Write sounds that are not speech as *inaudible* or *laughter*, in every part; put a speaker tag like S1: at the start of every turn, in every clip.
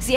S1: Si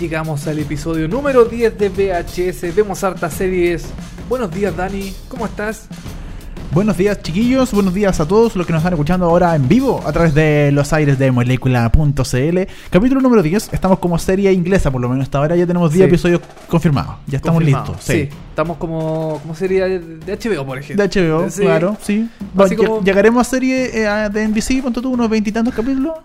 S2: Llegamos al episodio número 10 de VHS. Vemos hartas series. Buenos días, Dani. ¿Cómo estás?
S3: Buenos días chiquillos, buenos días a todos los que nos están escuchando ahora en vivo a través de los aires de molecula.cl. Capítulo número 10, estamos como serie inglesa por lo menos hasta ahora, ya tenemos 10
S2: Sí.
S3: episodios confirmados, ya estamos
S2: Confirmado.
S3: listos. Sí.
S2: Estamos como, como sería de HBO, por ejemplo.
S3: De HBO,
S2: Sí.
S3: claro, sí. Bueno,
S2: Así
S3: lleg-
S2: como-
S3: Llegaremos a serie eh, a- de NBC, ponte tú unos veintitantos capítulos.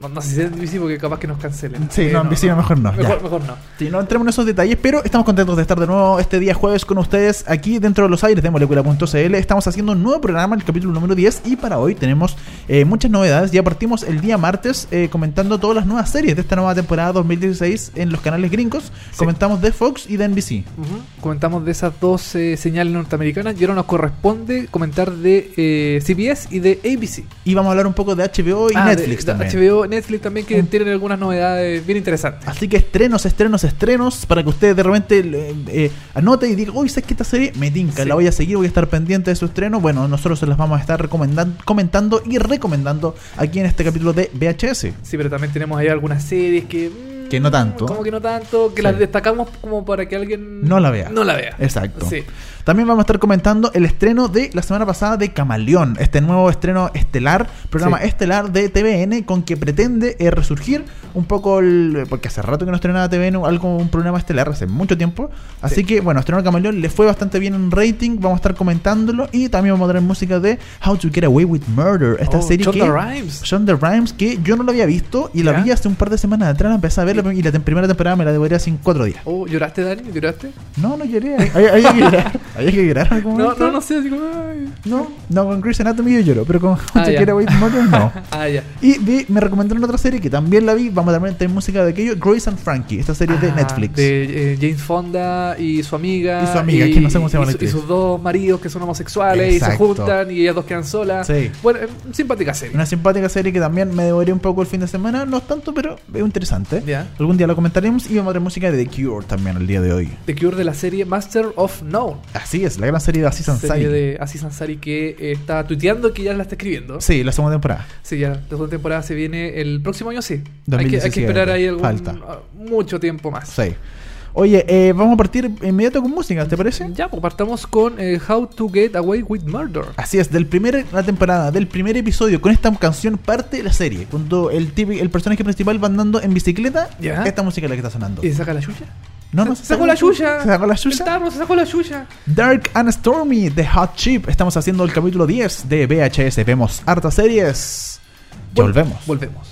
S2: No, no sé si es NBC porque capaz que nos cancelen.
S3: Sí,
S2: Eh,
S3: no, NBC no, mejor no. ya.
S2: Mejor, mejor no.
S3: Sí, no entremos en esos detalles, pero estamos contentos de estar de nuevo este día jueves con ustedes aquí dentro de los aires de molecula.cl. Estamos haciendo un nuevo programa, el capítulo número 10, y para hoy tenemos eh, muchas novedades. Ya partimos el día martes eh, comentando todas las nuevas series de esta nueva temporada 2016 en los canales gringos. Comentamos de Fox y de NBC.
S2: Ujú. Comentamos de esas dos eh, señales norteamericanas y ahora nos corresponde comentar de eh, CBS y de ABC.
S3: Y vamos a hablar un poco de HBO y
S2: Ah, de-
S3: Netflix
S2: de
S3: también.
S2: HBO, Netflix también que tienen algunas novedades bien interesantes.
S3: Así que estrenos, estrenos, estrenos, para que ustedes de repente eh, eh, anoten y digan, uy, ¿sabes que esta serie? Me tinca,
S2: Sí.
S3: la voy a seguir, voy a estar pendiente de su estreno. Bueno, nosotros se las vamos a estar recomendan- comentando y recomendando aquí en este capítulo de VHS.
S2: Sí, pero también tenemos ahí algunas series que. mm,
S3: Que no tanto.
S2: Como que no tanto, que
S3: Sí.
S2: las destacamos como para que alguien.
S3: No la vea.
S2: No la vea.
S3: Exacto.
S2: Sí.
S3: También vamos a estar comentando el estreno de la semana pasada de Camaleón, este nuevo estreno estelar, programa
S2: Sí.
S3: estelar de TVN con que pretende eh, resurgir un poco el... porque hace rato que no estrenaba TVN algo, un programa estelar, hace mucho tiempo. Así
S2: Sí.
S3: que bueno, estrenó Camaleón, le fue bastante bien en rating, vamos a estar comentándolo y también vamos a tener música de How to Get Away with Murder, esta
S2: Oh,
S3: serie
S2: Shonda
S3: que...
S2: Rhimes.
S3: Shonda Rhimes, que yo no la había visto y la
S2: Ya.
S3: vi hace un par de semanas atrás, la empecé a verla y la tem- primera temporada me la devoré hace cuatro días.
S2: Oh, ¿lloraste, Dani? ¿Lloraste?
S3: No, no lloré. Hay, hay que llorar. Hay que llorar en algún
S2: No,
S3: momento.
S2: no, no sé. Así como, ay.
S3: No, no, con Grey's Anatomy yo lloro, pero con
S2: Ah,
S3: How to
S2: ya.
S3: Get Away with Murder no.
S2: Ah, ya.
S3: Y vi, me recomendaron otra serie que también la vi. Vamos a también tener música de aquello. Grace and Frankie, esta serie de
S2: Ah,
S3: Netflix.
S2: De eh, James Fonda y su amiga.
S3: Y su amiga, que no sé cómo se llama
S2: y
S3: la
S2: su- Y
S3: actriz.
S2: sus dos maridos que son homosexuales y se
S3: Exacto.
S2: juntan y ellas dos quedan solas.
S3: Sí.
S2: Bueno, eh, simpática serie.
S3: Una simpática serie que también me devoré un poco el fin de semana. No es tanto, pero es interesante.
S2: Ya.
S3: Algún día lo comentaremos. Y vamos a tener música de The Cure también el día de hoy.
S2: The Cure de la serie Master of None.
S3: Así es, la gran serie de Aziz Ansari.
S2: Serie de Aziz Ansari que eh, está tuiteando que ya la está escribiendo.
S3: Sí, la segunda temporada.
S2: Sí, ya, la segunda temporada se viene el próximo año, sí. Hay que, hay que
S3: 2017,
S2: esperar ahí algún,
S3: falta.
S2: ah, mucho tiempo más.
S3: Sí. Oye, eh, vamos a partir inmediato con música, ¿te parece?
S2: Ya, pues partamos con eh, How to Get Away with Murder.
S3: Así es, del primer la temporada, del primer episodio, con esta canción parte la serie. Cuando el tipi- el personaje principal va andando en bicicleta,
S2: Ya.
S3: esta música es la que está sonando.
S2: ¿Y se saca la chucha?
S3: No, no,
S2: se sacó la chucha.
S3: Se sacó la
S2: El
S3: chucha.
S2: tarro se sacó la chucha.
S3: Dark and Stormy, The Hot Chip. Estamos haciendo el capítulo 10 de VHS. Vemos hartas series. Ya
S2: Vol-
S3: volvemos.
S2: Volvemos.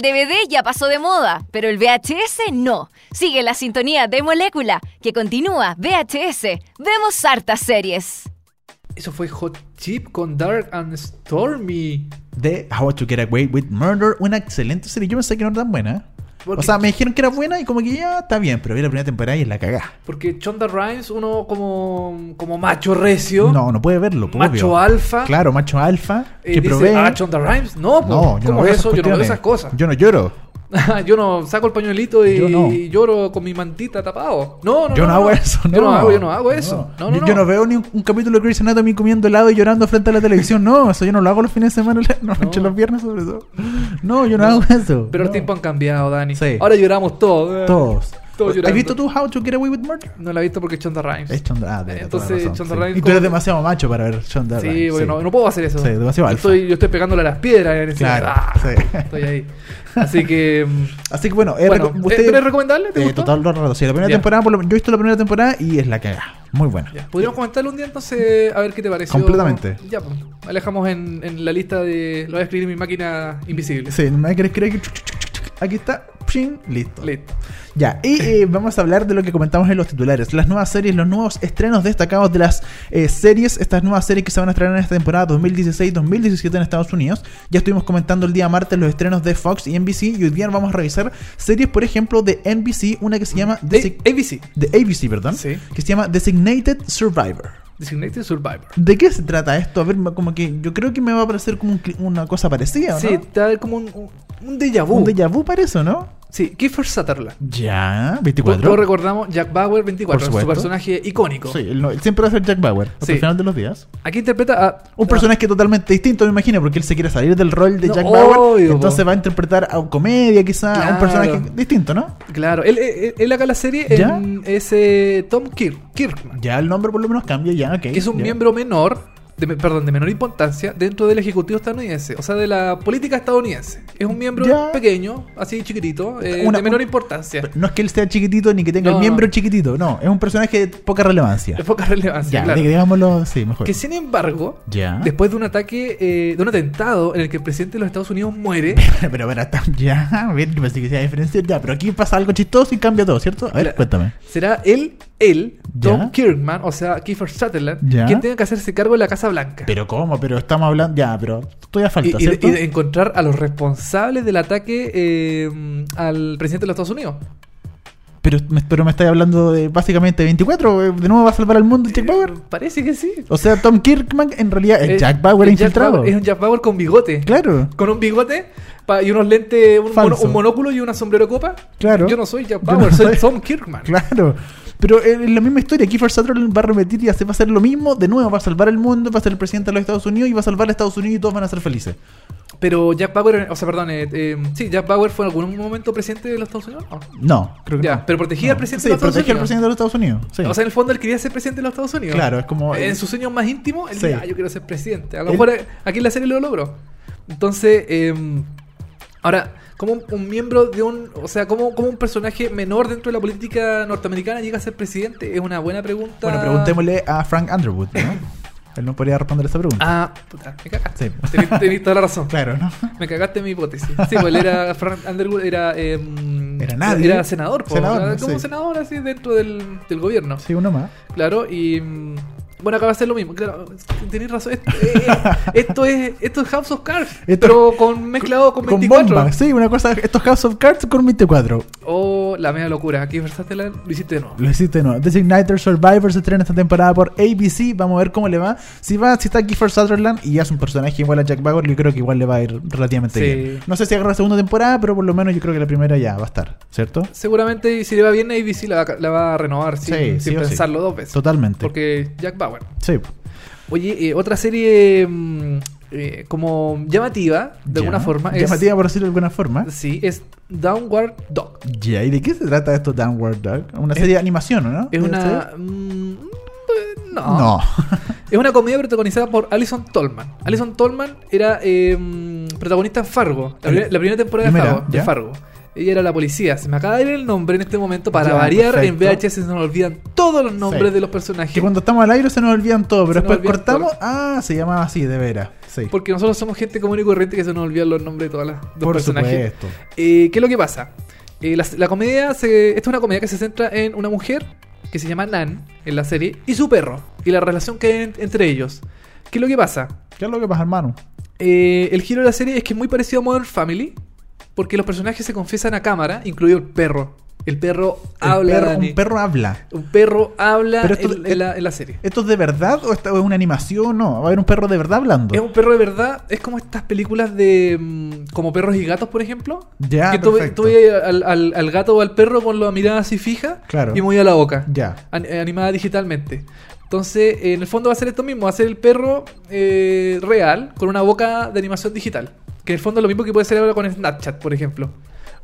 S1: DVD ya pasó de moda, pero el VHS no. Sigue la sintonía de Molécula, que continúa VHS. Vemos hartas series.
S2: Eso fue Hot Chip con Dark and Stormy.
S3: de How to Get Away with Murder, una excelente serie. Yo pensé que no era tan buena.
S2: ¿Por
S3: O
S2: qué?
S3: sea, me dijeron que era buena y como que ya está bien, pero vi la primera temporada y es la cagá.
S2: Porque Chonda Rhimes, uno como, como macho recio,
S3: No, no puede verlo, pues,
S2: Macho
S3: obvio.
S2: alfa.
S3: Claro, macho alfa.
S2: eh,
S3: que
S2: dice,
S3: provee.
S2: ah, Chonda Rhimes. No, po,
S3: no, yo no
S2: ¿cómo
S3: veo
S2: es eso? Yo no veo
S3: cuestiones.
S2: esas cosas.
S3: Yo no lloro.
S2: *laughs* yo no saco el pañuelito y,
S3: Yo no.
S2: y lloro con mi mantita tapado. No, no,
S3: yo no, hago eso, no.
S2: Yo no hago, yo no hago eso. No, no,
S3: yo, yo
S2: no.
S3: no veo ni un, un capítulo de Grey's Anatomy comiendo helado y llorando frente a la televisión. No, eso yo no lo hago los fines de semana, *laughs* no,
S2: No.
S3: los viernes sobre todo. No, yo no, hago eso.
S2: Pero
S3: no.
S2: los tiempos han cambiado, Dani.
S3: Sí.
S2: Ahora lloramos todos.
S3: Todos.
S2: Todos
S3: ¿Has
S2: llorando.
S3: visto tú How to Get Away with Murder?
S2: No la he visto porque es Chonda Rhimes.
S3: Es Chonda. Ah, de- toda
S2: Entonces,
S3: razón,
S2: Chonda
S3: sí.
S2: Rhimes
S3: Y tú
S2: como-
S3: eres demasiado macho para ver Chonda
S2: Sí,
S3: Rhimes,
S2: porque No,
S3: sí.
S2: no puedo hacer eso.
S3: Sí, demasiado
S2: yo
S3: alfa.
S2: estoy, yo estoy pegándole a las piedras en ese
S3: Claro,
S2: Ah,
S3: sí. *laughs*
S2: Estoy ahí. Así que. mm,
S3: Así que bueno, *laughs* eh,
S2: Bueno,
S3: reco-
S2: ¿eh,
S3: usted-
S2: pero es recomendable? ¿Te
S3: eh,
S2: gustó?
S3: Total, lo rato. Sí, la primera
S2: Ya.
S3: temporada, por lo- yo he visto la primera temporada y es la cagada. Muy buena.
S2: ya. Podríamos comentarlo un día entonces a ver qué te pareció.
S3: Completamente.
S2: Ya, pues. Alejamos en, en la lista de. Lo voy a escribir en mi máquina invisible.
S3: Sí, no me querés creer que. Aquí está. Pshin, listo.
S2: Listo.
S3: Ya, y eh, vamos a hablar de lo que comentamos en los titulares, las nuevas series, los nuevos estrenos destacados de las eh, series, estas nuevas series que se van a estrenar en esta temporada 2016-2017 en Estados Unidos. Ya estuvimos comentando el día martes los estrenos de Fox y NBC y hoy día vamos a revisar series, por ejemplo, de NBC, una que se llama Desi-
S2: A- ABC.
S3: de ABC, perdón,
S2: Mm, eh, Sí.
S3: que se llama Designated Survivor.
S2: Designated Survivor.
S3: ¿De qué se trata esto? A ver, me- como que yo creo que me va a parecer como un cli- una cosa parecida, ¿o ¿no?
S2: Sí, te va a dar como un, un, un déjà vu.
S3: Un déjà vu para eso, ¿no?
S2: Sí, Kiefer Sutherland.
S3: Ya,
S2: Todos
S3: 24.
S2: recordamos Jack Bauer 24,
S3: Por
S2: su
S3: supuesto.
S2: personaje icónico.
S3: Sí, él, no- él siempre va a ser Jack Bauer hasta
S2: Sí.
S3: el final de los días.
S2: Aquí interpreta a.
S3: Un personaje totalmente distinto, me imagino, porque él se quiere salir del rol de
S2: No,
S3: Jack Bauer.
S2: obvio, po.
S3: entonces va a interpretar a un comedia, quizá, a un
S2: Claro.
S3: personaje distinto, ¿no?
S2: Claro, él, él, él acá en la serie
S3: ¿Ya?
S2: en- es eh, Tom Kirk, Kirkman.
S3: Ya el nombre por lo menos cambia, ya, ok.
S2: que es un
S3: ya.
S2: miembro menor, de, me- perdón, de menor importancia dentro del Ejecutivo estadounidense, o sea, de la política estadounidense. Es un miembro
S3: Ya.
S2: pequeño, así chiquitito, eh,
S3: Una-
S2: de menor
S3: un-
S2: importancia,
S3: Pero No es que él sea chiquitito ni que tenga
S2: No,
S3: el miembro
S2: no.
S3: chiquitito, no. Es un personaje de poca relevancia.
S2: de poca relevancia,
S3: ya,
S2: claro.
S3: de- digámoslo, sí, mejor.
S2: Que sin embargo,
S3: Ya.
S2: después de un ataque, eh, de un atentado en el que el presidente de los Estados Unidos muere,
S3: *laughs* Pero, pero, hasta- ya, a ver, yo pensé que sea diferencia. Ya, pero aquí pasa algo chistoso y cambia todo, ¿cierto? A ver,
S2: Claro.
S3: cuéntame.
S2: será él, él, Tom
S3: Ya.
S2: Kirkman, o sea, Kiefer Sutherland,
S3: Ya.
S2: quien tenga que hacerse cargo de la Casa Blanca.
S3: Pero, ¿cómo? Pero estamos hablando. Ya, pero todavía
S2: Y,
S3: falta,
S2: y de,
S3: ¿cierto?
S2: y de encontrar a los responsables del ataque eh, al presidente de los Estados Unidos.
S3: Pero, me, pero me estáis hablando de básicamente 24. eh, De nuevo va a salvar al mundo el Jack Bauer.
S2: Eh, Parece que sí.
S3: O sea, Tom Kirkman en realidad es
S2: Eh,
S3: Jack Bauer
S2: es Jack
S3: infiltrado.
S2: Bauer, es un Jack Bauer con bigote.
S3: Claro.
S2: Con un bigote pa- y unos lentes, un,
S3: Falso.
S2: mono- un monóculo y una sombrero copa.
S3: Claro.
S2: Yo no soy Jack
S3: Yo no
S2: Bauer, soy
S3: soy-
S2: Tom Kirkman.
S3: Claro. Pero es la misma historia. Kiefer Sutherland va a repetir y hace- va a hacer lo mismo. De nuevo va a salvar al mundo, va a ser el presidente de los Estados Unidos y va a salvar a Estados Unidos y todos van a ser felices.
S2: Pero Jack Bauer, o sea, perdón, eh, eh, sí, Jack Bauer fue en algún momento presidente de los Estados Unidos.
S3: Ah,
S2: No.
S3: No, creo que
S2: Ya,
S3: no.
S2: pero protegía
S3: No.
S2: al presidente
S3: Sí,
S2: de los Estados
S3: protegía al
S2: Unidos.
S3: presidente de los Estados Unidos. Sí.
S2: O sea, en el fondo él quería ser presidente de los Estados Unidos.
S3: Claro, es como-
S2: En sus sueños más íntimos, él
S3: Sí.
S2: decía, "Ah, yo quiero ser presidente. A lo
S3: Él-
S2: mejor eh, aquí en la serie lo logró. Entonces, eh, ahora, como un, un miembro de un. O sea, como, un personaje menor dentro de la política norteamericana llega a ser presidente? Es una buena pregunta.
S3: Bueno, preguntémosle a Frank Underwood,
S2: *laughs*
S3: ¿no? Él no podría responder esa pregunta.
S2: Ah, puta, me cagaste.
S3: Sí. *laughs*
S2: Tenés, tenés toda la razón.
S3: Claro, ¿no?
S2: Me cagaste en mi hipótesis. Sí, pues él
S3: *laughs*
S2: era. Frank Underwood era. eh,
S3: Era nadie.
S2: Era senador, po.
S3: Senador,
S2: Era como
S3: sí.
S2: un senador así dentro del, del gobierno.
S3: Sí, uno más.
S2: Claro, y. mm, Bueno, acaba de ser lo mismo. Claro, tenéis razón. Esto,
S3: *laughs*
S2: eh, esto es esto es House of Cards,
S3: Esto-
S2: pero con mezclado con
S3: Con
S2: 24.
S3: bomba, sí, una cosa. Estos House of Cards con 24.
S2: Oh, la media locura. Aquí versaste la lo hiciste de nuevo.
S3: Lo hiciste, no. Designated Survivor se estrena esta temporada por ABC. Vamos a ver cómo le va. Si va, si está Kiefer Sutherland y hace un personaje igual a Jack Bauer, yo creo que igual le va a ir relativamente
S2: Sí.
S3: bien. No sé si agarra la segunda temporada, pero por lo menos yo creo que la primera ya va a estar, ¿cierto?
S2: Seguramente si le va bien a ABC la va, la va a renovar sin,
S3: Sí,
S2: sin
S3: sí o sí.
S2: pensarlo dos veces.
S3: Totalmente.
S2: Porque Jack Bauer.
S3: Sí.
S2: Oye, eh, otra serie mm, eh, como llamativa, de
S3: Ya.
S2: alguna forma, es,
S3: Llamativa, por decirlo de alguna forma.
S2: sí, es Downward Dog.
S3: Ya, ¿y de qué se trata esto Downward Dog? Una serie de animación, ¿o ¿no?
S2: Es
S3: ¿Debe
S2: una...
S3: ser?
S2: mm, eh,
S3: No.
S2: Es una comedia protagonizada por Alison Tolman. Alison Tolman era eh, protagonista en Fargo, la, pri- la primera temporada de
S3: Primera,
S2: Fargo. de
S3: ¿ya?
S2: Fargo. Ella era la policía. Se me acaba de ir el nombre en este momento. Para
S3: Ya,
S2: variar, en
S3: perfecto.
S2: VHS se nos olvidan todos los nombres
S3: Sí.
S2: de los personajes.
S3: Que cuando estamos al aire se nos olvidan todo, pero
S2: Se nos
S3: después
S2: olvidan
S3: cortamos. Ah, se llamaba así, de veras. Sí.
S2: Porque nosotros somos gente común y corriente que se nos olvidan los nombres de todas las de los
S3: Por
S2: personajes.
S3: supuesto.
S2: Eh, ¿Qué es lo que pasa? Eh, la, la comedia, se, esta es una comedia que se centra en una mujer que se llama Nan en la serie y su perro y la relación que hay en- entre ellos. ¿Qué es lo que pasa?
S3: ¿Qué es lo que pasa, hermano?
S2: Eh, el giro de la serie es que es muy parecido a Modern Family porque los personajes se confiesan a cámara, incluido el perro. El perro
S3: El
S2: habla.
S3: perro-
S2: Dani.
S3: un perro habla.
S2: Un perro habla
S3: Pero esto-
S2: en, en la, en la serie.
S3: ¿Esto es de verdad o esta- o es una animación? No, va a haber un perro de verdad hablando.
S2: Es un perro de verdad, es como estas películas de. mm, como perros y gatos, por ejemplo.
S3: Ya,
S2: que tú, ve-
S3: Ah, perfecto.
S2: tú veías al, al- al gato o al perro con la mirada así fija
S3: Claro.
S2: y muy a la boca.
S3: Ya.
S2: an- eh, animada digitalmente. Entonces, eh, en el fondo va a ser esto mismo, va a ser el perro eh, real con una boca de animación digital. Que en el fondo es lo mismo que puede ser ahora con Snapchat, por ejemplo.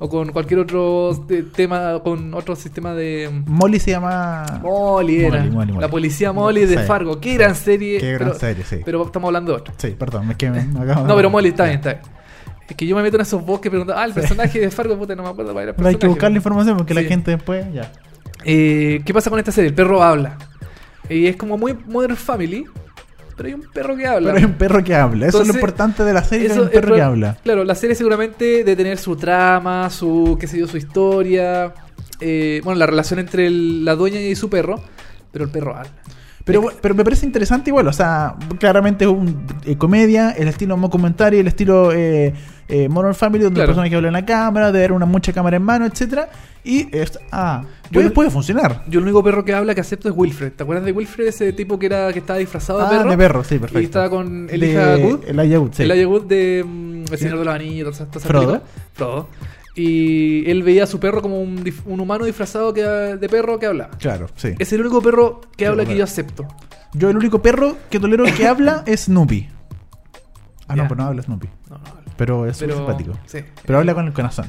S2: O con cualquier otro eh, tema, con otro sistema de... mm,
S3: Molly se llama.
S2: Molly era.
S3: Molly, Molly, Molly.
S2: La policía Molly de
S3: Sí,
S2: Fargo. Qué
S3: sí.
S2: gran serie.
S3: Qué gran
S2: pero,
S3: serie, sí.
S2: Pero estamos hablando de otra.
S3: Sí, perdón, es que me, me acabo de-
S2: No, pero Molly está bien, está bien. Es que yo me meto en esos bosques preguntando, ah, el personaje de Fargo, puta, no me acuerdo cuál era el
S3: Pero hay que
S2: personaje.
S3: buscar la información porque
S2: Sí.
S3: la gente después. Ya.
S2: Eh, ¿Qué pasa con esta serie? El perro habla. Y es como muy Modern Family, pero hay un perro que habla.
S3: Pero hay un perro que habla. Eso es
S2: Entonces,
S3: lo importante de la serie: que hay un
S2: es
S3: perro que
S2: pro-
S3: habla.
S2: Claro, la serie seguramente de tener su trama, su, qué sé yo, su historia. eh, bueno, la relación entre el- la dueña y su perro, pero el perro habla.
S3: Pero, bu- pero me parece interesante igual, o sea, claramente es un eh, comedia, el estilo mockumentary, el estilo eh, eh, Modern Family, donde
S2: Claro.
S3: las personas que hablan en la cámara, de ver una mucha cámara en mano, etcétera Y es, ah,
S2: Yo-
S3: puede, puede funcionar.
S2: Yo el único perro que habla que acepto es Wilfred. ¿Te acuerdas de Wilfred, ese tipo que era que estaba disfrazado de
S3: Ah,
S2: perro?
S3: de perro, sí, perfecto.
S2: Y estaba con
S3: De-
S2: Elijah Wood.
S3: Elijah Wood, sí.
S2: El Wood de mm, El Señor
S3: Sí.
S2: de los Anillos, todas esas- todas esas
S3: Frodo.
S2: películas. Frodo. Y él veía a su perro como un, dif- un humano disfrazado que, de perro que hablaba.
S3: Claro, sí.
S2: Es el único perro que habla que
S3: claro.
S2: yo acepto.
S3: Yo el único perro que tolero que habla *laughs* es Snoopy. Ah,
S2: Ya.
S3: no, pero no habla Snoopy.
S2: No, no habla.
S3: Pero es súper
S2: Pero-
S3: simpático.
S2: sí.
S3: Pero habla con el corazón.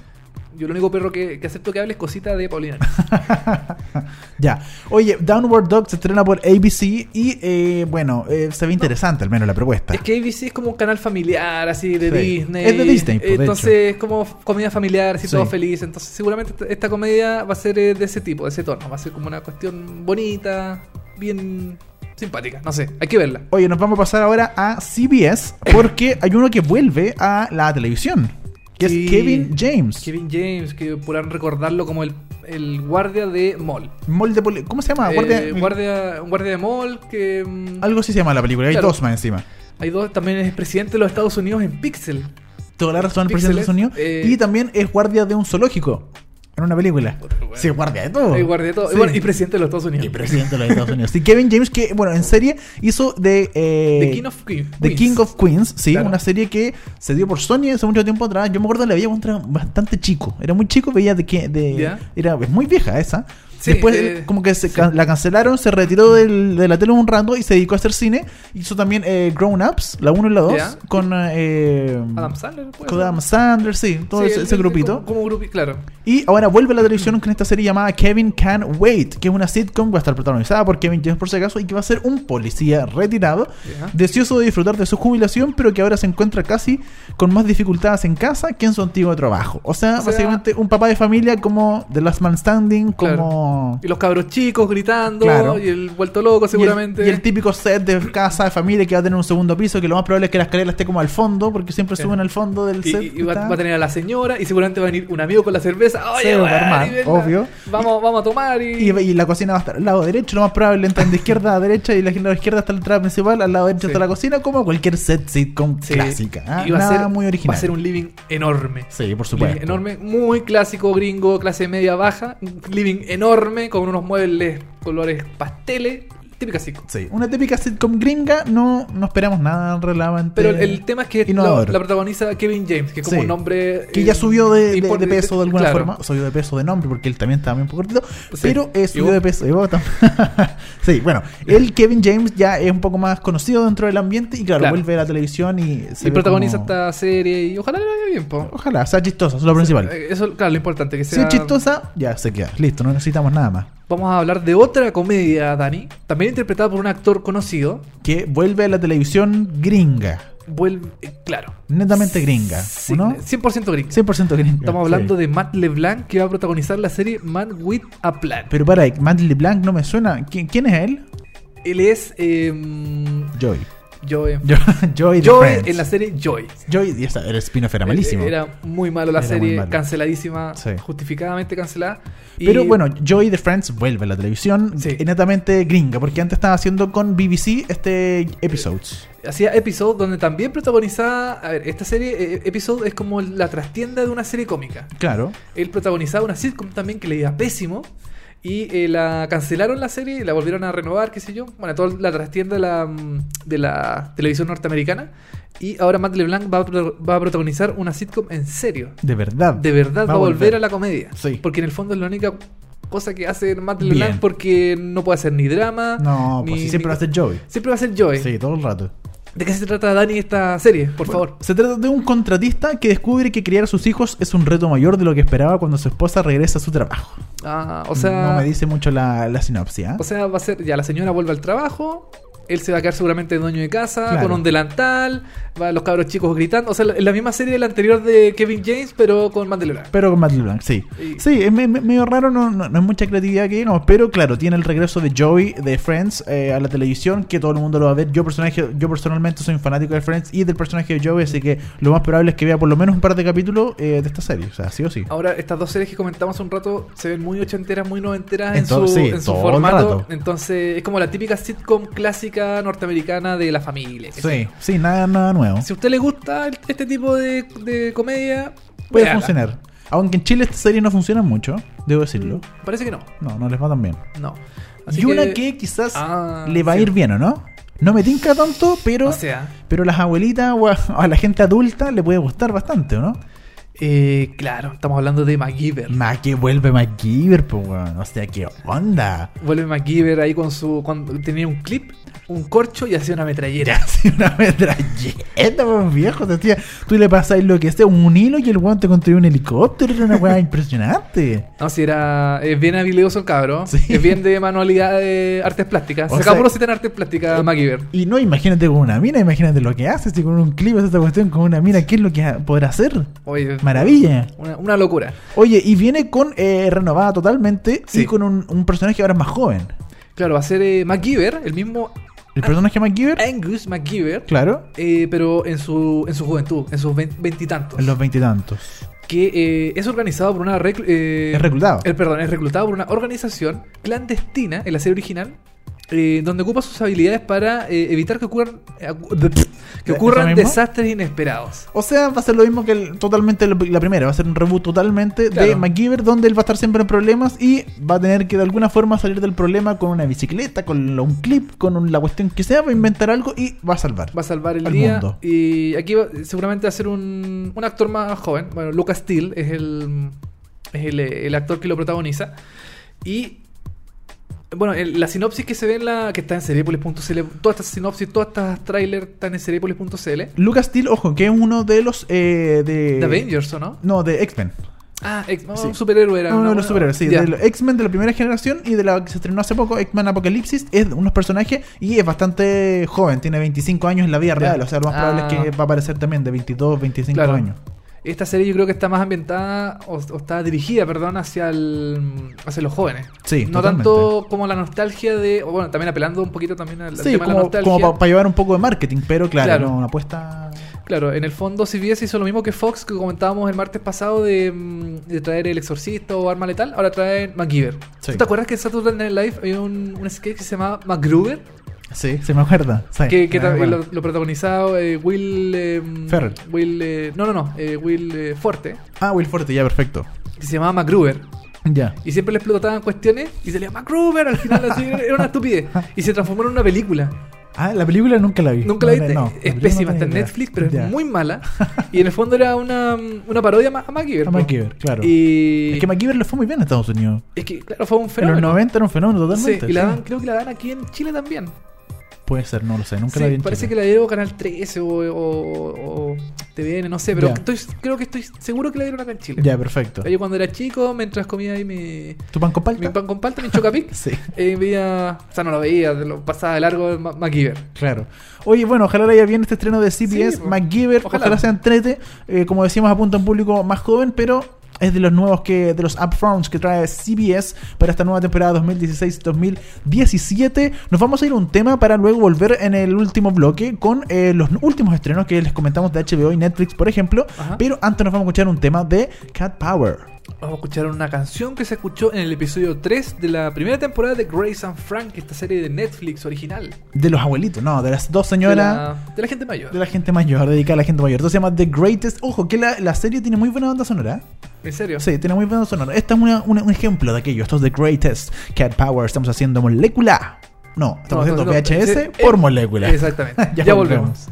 S2: Yo el único perro que, que acepto que hable es cosita de Paulina.
S3: *laughs* Ya. Oye, Downward Dog se estrena por ABC y, eh, bueno, eh, se ve interesante al menos la propuesta.
S2: es que ABC es como un canal familiar, así, de
S3: Sí.
S2: Disney.
S3: Es de Disney, pues, de hecho.
S2: entonces es como comedia familiar, así,
S3: Sí.
S2: todo feliz. Entonces seguramente esta- esta comedia va a ser eh, de ese tipo, de ese tono. Va a ser como una cuestión bonita, bien simpática. No sé, hay que verla.
S3: Oye, nos vamos a pasar ahora a CBS porque
S2: *coughs*
S3: hay uno que vuelve a la televisión, que
S2: Sí.
S3: es Kevin James.
S2: Kevin James, que podrán recordarlo como el, el guardia de mall.
S3: Molde poli- ¿Cómo se llama?
S2: Eh,
S3: Ah, Guardia-
S2: guardia- un guardia de mall que mm,
S3: Algo así se llama la película, hay
S2: Claro.
S3: dos más encima.
S2: hay dos también es presidente de los Estados Unidos en Pixel.
S3: Toda la razón, el
S2: Píxeles,
S3: presidente de Estados Unidos.
S2: eh,
S3: y también es guardia de un zoológico, en una película.
S2: bueno.
S3: Sí, guardia de todo.
S2: Hay guardia de todo.
S3: Oh, Sí.
S2: Y, bueno, y presidente de los Estados Unidos.
S3: Y presidente de los Estados Unidos. Sí, Kevin James, que, bueno, en serie hizo de... eh,
S2: The King of Queens.
S3: The King of Queens, sí,
S2: Claro.
S3: una serie que se dio por Sony hace mucho tiempo atrás. Yo me acuerdo la veía cuando era bastante chico. Era muy chico, veía de que de
S2: Ya.
S3: era es muy vieja esa.
S2: Sí,
S3: Después
S2: eh,
S3: como que se can- la cancelaron, se retiró del- de la tele un rato y se dedicó a hacer cine. Hizo también eh, Grown Ups, la 1 y la 2
S2: Ya.
S3: con eh,
S2: Adam Sandler. puede
S3: con
S2: ser.
S3: Adam Sandler, sí, todo
S2: Sí,
S3: ese,
S2: el-
S3: ese
S2: el-
S3: grupito.
S2: Como, como grupi- claro.
S3: Y ahora vuelve a la televisión con esta serie llamada Kevin Can Wait, que es una sitcom que va a estar protagonizada por Kevin James por si acaso y que va a ser un policía retirado,
S2: Ya.
S3: deseoso de disfrutar de su jubilación, pero que ahora se encuentra casi con más dificultades en casa que en su antiguo trabajo. O
S2: O
S3: sea,
S2: sea-
S3: básicamente un papá de familia como The Last Man Standing, como...
S2: Y los cabros chicos gritando.
S3: Claro.
S2: Y el vuelto loco
S3: y el-
S2: seguramente.
S3: Y el, típico set de casa de familia que va a tener un segundo piso, que lo más probable es que la escalera esté como al fondo, porque siempre
S2: Sí.
S3: suben al fondo del
S2: Y-
S3: set.
S2: y
S3: que
S2: va,
S3: está.
S2: va a tener a la señora y seguramente va a venir un amigo con la cerveza. Oye,
S3: Sí, va a
S2: weón,
S3: armar,
S2: y venga,
S3: obvio.
S2: Vamos, vamos a tomar
S3: Y, y la cocina va a estar al lado derecho, lo más probable entran de izquierda a derecha y la lado izquierda está la entrada principal, al lado derecho
S2: Sí.
S3: está la cocina, como cualquier set sitcom
S2: Sí.
S3: clásica. ¿ah?
S2: Y va
S3: Nada
S2: a ser,
S3: muy original.
S2: Va a ser un living enorme.
S3: Sí, por
S2: Living
S3: supuesto.
S2: enorme, muy clásico gringo, clase media baja. Un Living enorme, con unos muebles colores pasteles. Típica sitcom.
S3: Sí, una típica sitcom gringa, no, no esperamos nada relevante.
S2: Pero el, el tema es que la,
S3: innovador.
S2: la protagoniza Kevin James, que es como
S3: Sí.
S2: un nombre.
S3: que
S2: eh,
S3: ya subió de, de-
S2: impor-
S3: de peso de alguna
S2: claro.
S3: forma, subió de peso de nombre porque él también estaba bien poco cortito,
S2: Sí.
S3: pero eh,
S2: ¿Y
S3: subió
S2: vos?
S3: de peso. y vos tam- *laughs* sí, bueno, el Kevin James ya es un poco más conocido dentro del ambiente y claro,
S2: Claro.
S3: vuelve a la televisión y se
S2: Y
S3: ve
S2: protagoniza
S3: como-
S2: esta serie y ojalá le vaya bien, po.
S3: Ojalá, sea chistosa, eso es lo principal.
S2: Eh, Eso, claro, lo importante que
S3: Si
S2: sea.
S3: es chistosa, ya se queda. Listo, no necesitamos nada más.
S2: Vamos a hablar de otra comedia, Dani, también interpretada por un actor conocido.
S3: Que vuelve a la televisión gringa.
S2: vuelve. eh, Claro.
S3: Netamente gringa,
S2: Sí,
S3: ¿no?
S2: 100% gringa.
S3: 100% gringa.
S2: Estamos hablando de Matt LeBlanc que va a protagonizar la serie Man with a Plan.
S3: Pero para, Matt LeBlanc no me suena. ¿Qui- ¿Quién es él?
S2: Él es eh,
S3: Joy.
S2: Joy.
S3: Yo- *laughs* Joy de
S2: Joy
S3: Friends.
S2: en la serie Joy.
S3: Joy, y esa- el spin-off era malísimo.
S2: Era muy malo la
S3: Era muy
S2: serie,
S3: malo.
S2: canceladísima,
S3: Sí.
S2: justificadamente cancelada. Y-
S3: Pero bueno, Joy de Friends vuelve a la televisión
S2: Sí.
S3: eh, netamente gringa, porque antes estaba haciendo con BBC este episodes.
S2: Hacía Episode, donde también protagonizaba. A ver, esta serie, eh, Episode, es como la trastienda de una serie cómica.
S3: Claro.
S2: Él protagonizaba una sitcom también que le iba pésimo. Y eh, la cancelaron la serie, la volvieron a renovar, qué sé yo. Bueno, toda la trastienda de la, mm, de la televisión norteamericana. Y ahora Matt LeBlanc va a, pro- va a protagonizar una sitcom en serio.
S3: De verdad.
S2: De verdad va, a volver. a la comedia.
S3: Sí.
S2: Porque en el fondo es la única cosa que hace Matt
S3: Bien.
S2: LeBlanc porque no puede hacer ni drama.
S3: No, pues
S2: ni-
S3: si siempre
S2: ni-
S3: lo hace Joy.
S2: Siempre va a ser Joy.
S3: Sí, todo el rato.
S2: ¿De qué se trata Dani esta serie? Por favor.
S3: Se trata de un contratista que descubre que criar a sus hijos es un reto mayor de lo que esperaba cuando su esposa regresa a su trabajo.
S2: Ah, o sea,
S3: no me dice mucho la, la sinopsis. ¿ah?
S2: o sea, va a ser ya la señora vuelve al trabajo, él se va a quedar seguramente dueño de casa
S3: Claro.
S2: con un delantal, va los cabros chicos gritando, o sea, la, la misma serie de la anterior de Kevin James pero con Mandela.
S3: Pero con Matt LeBlanc, sí.
S2: Sí.
S3: Sí, es me- me- medio raro, no, no, no es mucha creatividad que digamos, pero claro, tiene el regreso de Joey de Friends eh, a la televisión, que todo el mundo lo va a ver. Yo, personaje, yo personalmente soy un fanático de Friends y del personaje de Joey, así que lo más probable es que vea por lo menos un par de capítulos eh, de esta serie, o sea, sí o sí.
S2: Ahora, estas dos series que comentamos hace un rato se ven muy ochenteras, muy noventeras en,
S3: Entonces,
S2: su,
S3: sí,
S2: en su
S3: todo el
S2: formato.
S3: rato.
S2: Entonces, es como la típica sitcom clásica norteamericana de la familia. ¿cachai?
S3: Sí, sí, nada, nada nuevo.
S2: Si a usted le gusta el- este tipo de, de comedia,
S3: Puede
S2: véala.
S3: funcionar. Aunque en Chile esta serie no funciona mucho, debo decirlo.
S2: Parece que no.
S3: No, no les va tan bien.
S2: No.
S3: y una que quizás
S2: Ah,
S3: le va a
S2: sí.
S3: ir bien, ¿o no? No me tinca tanto, pero...
S2: O sea,
S3: Pero las abuelitas *laughs* o a, a la gente adulta le puede gustar bastante, ¿o no?
S2: eh, claro, estamos hablando de MacGyver.
S3: Ma, que vuelve MacGyver, pues, weón. O sea, ¿qué *laughs* onda?
S2: Vuelve MacGyver ahí con su. Cuando tenía un clip, un corcho y hacía una
S3: Era
S2: metrallera.
S3: así una metralleta, pues, viejo. Te decía, tú le pasas lo que sea, un hilo y el weón te construyó un helicóptero. Era una weá *laughs* impresionante.
S2: No, si era. Es bien habilidoso el cabro.
S3: Sí.
S2: Es bien de manualidad de artes plásticas.
S3: O
S2: Se
S3: sea- eh,
S2: acabó en artes plásticas, MacGyver.
S3: Y no, imagínate con una mina, imagínate lo que haces. Y con un clip haces esta cuestión con una mina, ¿qué es lo que ha- podrá hacer?
S2: Oye,
S3: Maravilla.
S2: una, una locura.
S3: Oye, y viene con eh, renovada totalmente
S2: Sí.
S3: y con un, un personaje ahora más joven.
S2: Claro, va a ser eh, MacGyver, el mismo
S3: El personaje MacGyver,
S2: Angus MacGyver.
S3: claro,
S2: eh, pero en su, en su juventud, en sus vein- veintitantos.
S3: en los veintitantos.
S2: que eh, es organizado por una recl- eh,
S3: Es reclutado.
S2: eh, perdón, es reclutado por una organización clandestina en la serie original. eh, donde ocupa sus habilidades para eh, evitar que ocurran, eh, acu- *laughs* de- que
S3: ¿Eso
S2: ocurran
S3: mismo?
S2: desastres inesperados.
S3: O sea, va a ser lo mismo que el- totalmente lo- la primera. Va a ser un reboot totalmente de
S2: Claro.
S3: MacGyver, donde él va a estar siempre en problemas y va a tener que de alguna forma salir del problema con una bicicleta, con lo- un clip, con un- la cuestión que sea, va a inventar algo y va a salvar.
S2: Va a salvar el
S3: Al
S2: día.
S3: mundo.
S2: Y aquí va- seguramente va a ser un, un actor más joven. Bueno, Lucas Steele es el, es el, eh, el actor que lo protagoniza. Y. Bueno, el- la sinopsis que se ve en la. que está en seriepolis.cl. Todas estas sinopsis, todas estas trailers están en seriepolis.cl.
S3: Lucas Steele, ojo, que es uno de los eh, de
S2: The Avengers, ¿o no?
S3: No, de X-Men.
S2: Ah, ex- no,
S3: sí.
S2: un superhéroe era.
S3: Uno
S2: una-
S3: de los superhéroes, sí.
S2: Ya.
S3: De los X-Men de la primera generación y de la que se estrenó hace poco, X-Men Apocalipsis, es de unos personajes y es bastante joven, tiene 25 años en la vida real. O sea, lo más probable es
S2: Ah.
S3: que va a aparecer también de 22, 25
S2: Claro.
S3: años.
S2: Esta serie yo creo que está más ambientada o, o está dirigida, perdón, hacia el, hacia los jóvenes.
S3: Sí,
S2: No
S3: totalmente.
S2: tanto como la nostalgia de, o bueno, también apelando un poquito también al
S3: Sí,
S2: tema de la
S3: como,
S2: nostalgia.
S3: para llevar un poco de marketing, pero claro,
S2: Claro.
S3: no, una apuesta.
S2: Claro, en el fondo CBS hizo lo mismo que Fox que comentábamos el martes pasado de, mm, de traer El Exorcista o Arma Letal, ahora traen MacGyver.
S3: Sí.
S2: ¿Tú te acuerdas que en Saturday Night Live había un, un sketch que se llamaba MacGruber?
S3: Sí, se me acuerda. sí.
S2: que, que
S3: Ah,
S2: tra-
S3: bueno.
S2: lo, lo protagonizaba eh, Will... eh,
S3: Ferrell.
S2: Will... eh, no, no, no, eh, Will eh, Forte,
S3: Ah, Will Forte, ya, perfecto.
S2: que se llamaba MacGruber.
S3: Ya.
S2: Y siempre le explotaban cuestiones y salía MacGruber al final, así, era una estupidez. Y se transformó en una película.
S3: Ah, la película nunca la vi.
S2: Nunca la
S3: No,
S2: viste.
S3: no, la
S2: es
S3: película
S2: pésima,
S3: no
S2: está en
S3: tenía idea.
S2: Netflix, pero
S3: Ya.
S2: es muy
S3: *laughs*
S2: mala. Y en el fondo era una, una parodia ma- a MacGyver.
S3: A
S2: po.
S3: MacGyver, claro.
S2: Y
S3: Es que MacGyver le fue muy bien a Estados Unidos.
S2: es que, claro, fue un
S3: En los
S2: fenómeno.
S3: 90 era un fenómeno
S2: Sí,
S3: totalmente.
S2: y la
S3: sí.
S2: dan, creo que la dan aquí en Chile también.
S3: Puede ser, no lo sé, nunca
S2: Sí,
S3: la vi. en
S2: parece
S3: Chile.
S2: que la dio Canal 13 o, o- o- TVN, no sé, pero
S3: Ya.
S2: estoy, creo que estoy seguro que la dieron acá en Chile.
S3: Ya, perfecto.
S2: Yo cuando era chico, mientras comía ahí mi,
S3: ¿Tu pan con palta?
S2: mi pan con palta, mi
S3: *laughs*
S2: chocapic,
S3: Sí.
S2: eh, veía, o sea, no lo veía, lo pasaba de largo Ma- MacGyver.
S3: Claro. Oye, bueno, ojalá le haya bien este estreno de CBS,
S2: Sí, po.
S3: MacGyver, ojalá.
S2: Ojalá.
S3: sea entrete, eh, como decíamos, apunta a un público más joven, pero es de los nuevos que, de los upfronts que trae CBS para esta nueva temporada 2016-2017. Nos vamos a ir a un tema para luego volver en el último bloque con eh, los últimos estrenos que les comentamos de HBO y Netflix, por ejemplo,
S2: Ajá.
S3: pero antes nos vamos a escuchar un tema de Cat Power.
S2: Vamos a escuchar una canción que se escuchó en el episodio 3 de la primera temporada de Grace and Frank, esta serie de Netflix original.
S3: De los abuelitos, no, de las dos
S2: De
S3: señoras.
S2: la, de la gente mayor.
S3: De la gente mayor, dedicada a la gente mayor. Entonces se llama The Greatest. Ojo, que la, la serie tiene muy buena banda sonora. ¿eh?
S2: ¿En serio?
S3: Sí, tiene muy buena banda sonora. Esta es una- una- un ejemplo de aquello. Esto es The Greatest. Cat Power. Estamos haciendo molécula. No, estamos
S2: No,
S3: haciendo
S2: no, no,
S3: VHS
S2: sí,
S3: por
S2: eh,
S3: molécula. *laughs*
S2: *laughs* Exactamente. ya, volvemos.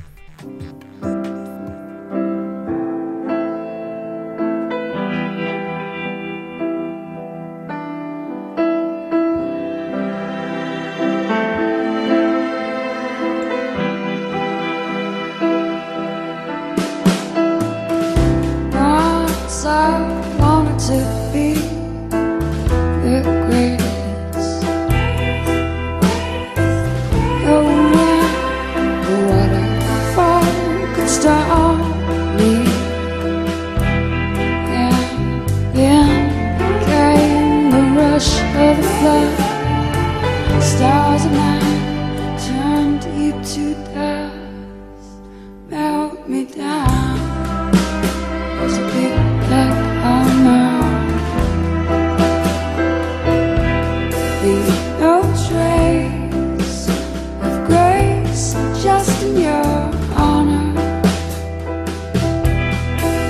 S4: Once I wanted to be the greatest. The wind, the waterfall could stop me. And then came the rush of the flood. Stars of night turned you to dust, melt me down. Speak like armor. Leave no trace of grace, just in your honor.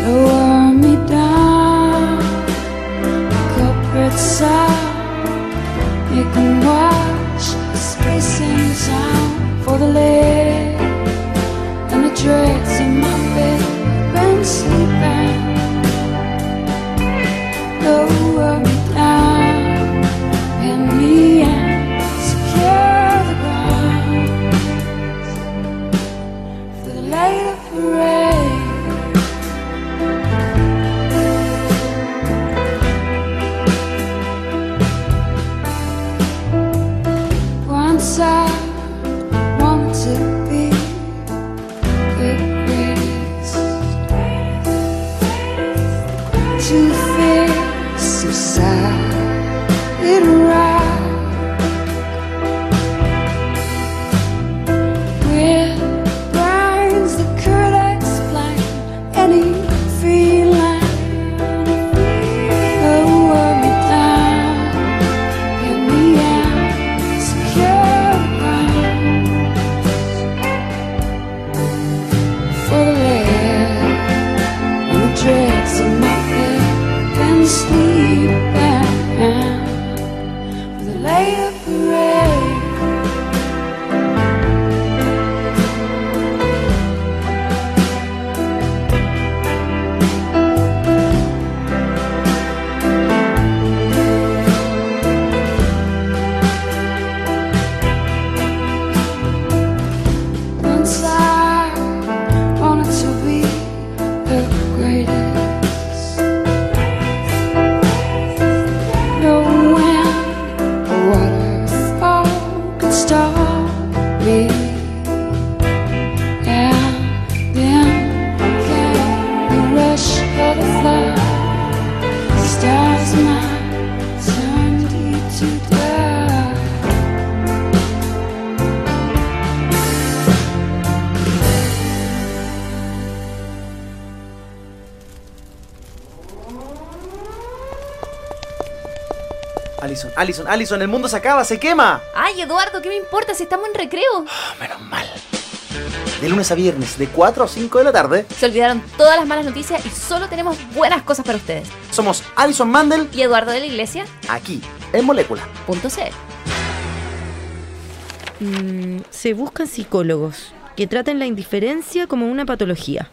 S4: Lower me down, culprit sound. You can watch the space and sound for the lid and the dreads in my bed been sleeping. Lower me down, pin me and secure the ground for the later parade. Once I wanted to be the grace to face a sad little rock with brains that could explain any feeling. Lower me down in the end, secure ground. for the lead and the dregs of my bed and sleep and for the light of parade. Once I wanted to be the greatest. No wind or waterfall could stop me. And then came the rush of the flood. Stars in my turned you to dust.
S5: Alison, Alison, Alison, el mundo se acaba, se quema.
S1: Ay, Eduardo, ¿qué me importa si estamos en recreo?
S5: Ah, menos mal. De lunes a viernes, de 4 a 5 de la tarde,
S1: Se olvidaron todas las malas noticias y solo tenemos buenas cosas para ustedes.
S5: somos Alison Mandel
S1: Y Eduardo de la Iglesia,
S5: aquí, en Molécula.
S1: punto C.
S6: Mm, se buscan psicólogos que traten la indiferencia como una patología.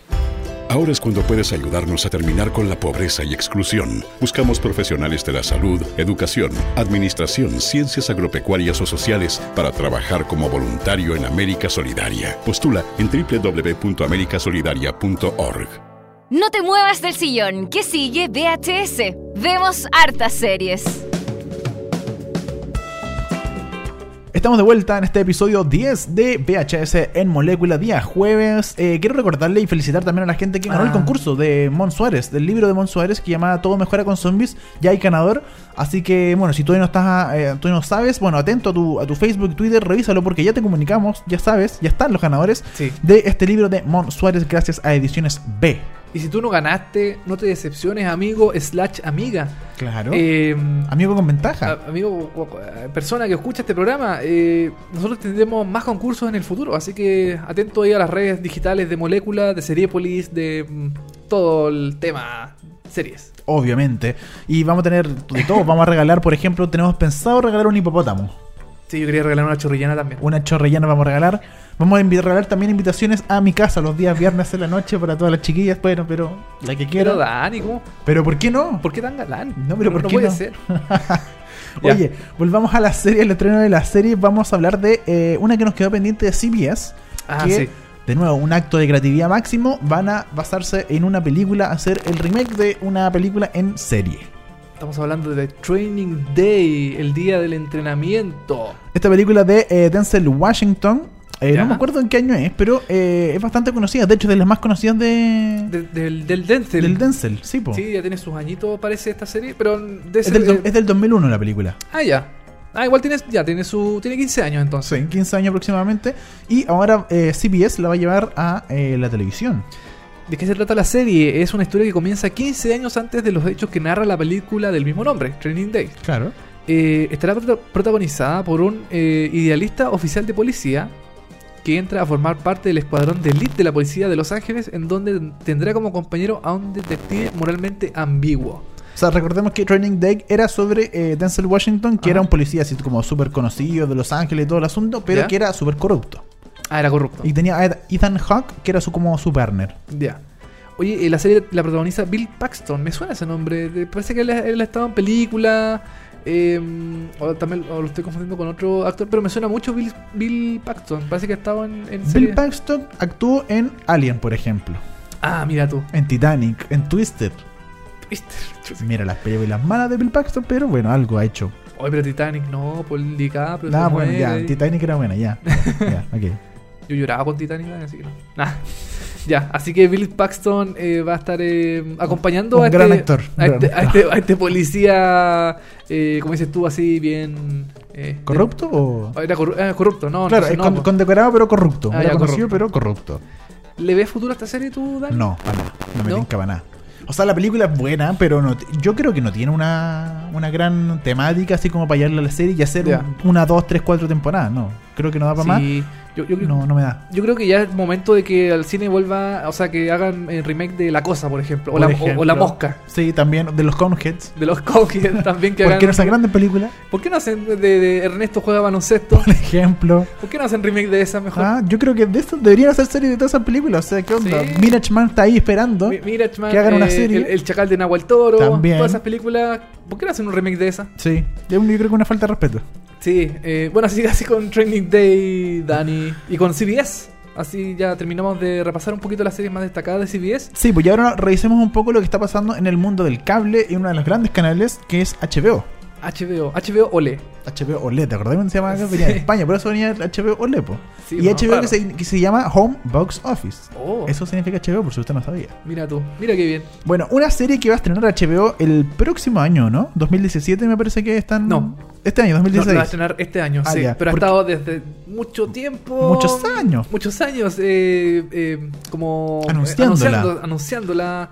S6: Ahora es cuando puedes ayudarnos a terminar con la pobreza y exclusión. Buscamos profesionales de la salud, educación, administración, ciencias agropecuarias o sociales para trabajar como voluntario en América Solidaria. Postula en www.americasolidaria.org.
S1: No te muevas del sillón, que sigue VHS. Vemos hartas series.
S3: Estamos de vuelta en este episodio 10 de VHS en Molécula, día jueves. Eh, quiero recordarle y felicitar también a la gente que ganó el concurso de Mon Suárez, del libro de Mon Suárez que llamaba Todo mejora con zombies. Ya hay ganador. Así que, bueno, si todavía no estás, eh, todavía no sabes, bueno, atento a tu, a tu Facebook, Twitter, revísalo porque ya te comunicamos, ya sabes, ya están los ganadores
S2: Sí.
S3: de este libro de Mon Suárez gracias a Ediciones B.
S2: Y si tú no ganaste, no te decepciones, amigo, slash amiga.
S3: Claro.
S2: Eh, ah.
S3: Amigo con ventaja.
S2: a- amigo, cu- cu- persona que escucha este programa, eh, nosotros tendremos más concursos en el futuro, así que atento ahí a las redes digitales de Molécula, de Seriepolis, de mm, todo el tema series.
S3: Obviamente. Y vamos a tener de todo. Vamos a regalar, por ejemplo, tenemos pensado regalar un hipopótamo.
S2: Sí, yo quería regalar una chorrillana también.
S3: Una chorrellana vamos a regalar. Vamos a invi- regalar también invitaciones a mi casa los días viernes en la noche para todas las chiquillas. Bueno, pero la que
S2: Pero
S3: quiera.
S2: Dani, ¿cómo?
S3: Pero ¿por qué no? *laughs*
S2: ¿por *laughs* qué tan galán?
S3: No, pero ¿por qué
S2: puede
S3: no?
S2: ser. Ya.
S3: Oye, volvamos a la serie, el estreno de la serie. Vamos a hablar de eh, una que nos quedó pendiente de CBS.
S2: Ah,
S3: que,
S2: sí.
S3: De nuevo, un acto de creatividad máximo. Van a basarse en una película, hacer el remake de una película en serie.
S2: Estamos hablando de Training Day, el día del entrenamiento.
S3: Esta película de eh, Denzel Washington. eh,
S2: Ya.
S3: no me acuerdo en qué año es, pero eh, es bastante conocida. De hecho, de las más conocidas de,
S2: De- del, del Denzel.
S3: del Denzel. Sí, po.
S2: Sí, ya tiene sus añitos, parece, esta serie, pero de
S3: Es del, do-
S2: eh,
S3: es del 2001 la película.
S2: Ah, ya. Ah, igual tiene, ya tiene su tiene 15 años entonces.
S3: Sí, 15 años aproximadamente. Y ahora eh, CBS la va a llevar a eh, la televisión.
S2: ¿De qué se trata la serie? Es una historia que comienza 15 años antes de los hechos que narra la película del mismo nombre, Training Day.
S3: Claro.
S2: Eh, estará prota- protagonizada por un eh, idealista oficial de policía que entra a formar parte del escuadrón de elite de la policía de Los Ángeles, en donde tendrá como compañero a un detective moralmente ambiguo.
S3: O sea, recordemos que Training Day era sobre eh, Denzel Washington, que
S2: Ajá.
S3: era un policía así como súper conocido de Los Ángeles y todo el asunto, pero
S2: ¿Ya?
S3: que era súper corrupto.
S2: Ah, era corrupto.
S3: Y tenía a Ethan Hawke, que era su como su partner.
S2: Ya. Oye, eh, la serie la protagoniza Bill Paxton. Me suena ese nombre. De- Parece que él, él ha estado en película. eh, o también o lo estoy confundiendo con otro actor. Pero me suena mucho Bill, Bill Paxton. Parece que ha estado en, en serie.
S3: Bill Paxton actuó en Alien, por ejemplo.
S2: ah, mira tú.
S3: En Titanic, en Twister.
S2: Twister.
S3: Mira las películas malas de Bill Paxton, pero bueno, algo ha hecho.
S2: Oye, pero Titanic no. Paul DiCaprio.
S3: Nada,
S2: se
S3: bueno, ya,
S2: muere.
S3: Titanic era buena,
S2: *laughs*
S3: ya. ya, ok.
S2: Yo lloraba con Titanic, así que no. Nah. *laughs* Ya, así que Bill Paxton eh, va a estar eh, acompañando
S3: Un
S2: a,
S3: gran
S2: este,
S3: actor,
S2: a,
S3: gran
S2: este, a
S3: actor.
S2: este- a este policía, eh, como dices tú, así bien... eh,
S3: ¿Corrupto o.?
S2: Ah, Era corru- era corrupto, no.
S3: Claro,
S2: entonces
S3: es
S2: no,
S3: con-
S2: po.
S3: condecorado pero corrupto.
S2: Ah,
S3: Era
S2: ya,
S3: conocido pero corrupto.
S2: ¿Le ves futuro a esta serie tú, Dani?
S3: No, para nada. No me
S2: ¿No?
S3: tinca para nada. O sea, la película es buena, pero no, t- yo creo que no tiene una, una gran temática así como para llevarla a la serie y hacer
S2: Ya.
S3: un- una, dos, tres, cuatro temporadas. No, creo que no da para más.
S2: Sí, yo, yo,
S3: No, no me da.
S2: yo creo que ya es momento de que al cine vuelva, o sea, que hagan el remake de La Cosa, por ejemplo, o,
S3: Por
S2: la, o-
S3: ejemplo.
S2: o La Mosca,
S3: Sí, también de los Coneheads.
S2: de los *laughs* Cockheads también que
S3: Porque
S2: hagan.
S3: no esa grande película,
S2: ¿Por qué no hacen de, de Ernesto juega baloncesto?
S3: *laughs* por ejemplo.
S2: ¿Por qué no hacen remake de esa mejor?
S3: Ah, yo creo que de esas deberían hacer series de todas esas películas. O sea, ¿qué onda?
S2: Sí.
S3: Mirage Man está ahí esperando.
S2: Mi- mira, Chman,
S3: que hagan una
S2: eh,
S3: serie.
S2: El, el Chacal de Nahual Toro,
S3: También.
S2: todas esas películas. ¿Por qué no hacen un remake de esa?
S3: Sí, yo yo creo que es una falta de respeto.
S2: Sí, eh, bueno, así *laughs* así con Training Day, Dani, y con CBS. Así ya terminamos de repasar un poquito las series más destacadas de CBS.
S3: Sí, pues ya ahora revisemos un poco lo que está pasando en el mundo del cable y uno de los grandes canales que es HBO.
S2: HBO, HBO Ole.
S3: HBO OLED, E ¿te acordás cuando se llamaba acá? Venía de
S2: Sí.
S3: España, por eso venía el HBO OLED, E po.
S2: Sí,
S3: y
S2: bueno,
S3: HBO
S2: claro.
S3: que, se, que se llama Home Box Office.
S2: Oh,
S3: Eso significa HBO, por si usted no sabía.
S2: mira tú, mira qué bien.
S3: Bueno, una serie que va a estrenar HBO el próximo año, ¿no? 2017 me parece que están...
S2: No.
S3: Este año,
S2: No, lo
S3: 2016.
S2: va a estrenar este año,
S3: Ah,
S2: sí.
S3: ya,
S2: Pero ha
S3: porque-
S2: estado desde mucho tiempo.
S3: Muchos años.
S2: Muchos años, eh, eh, como. eh,
S3: Anunciándola.
S2: anunciando- anunciándola,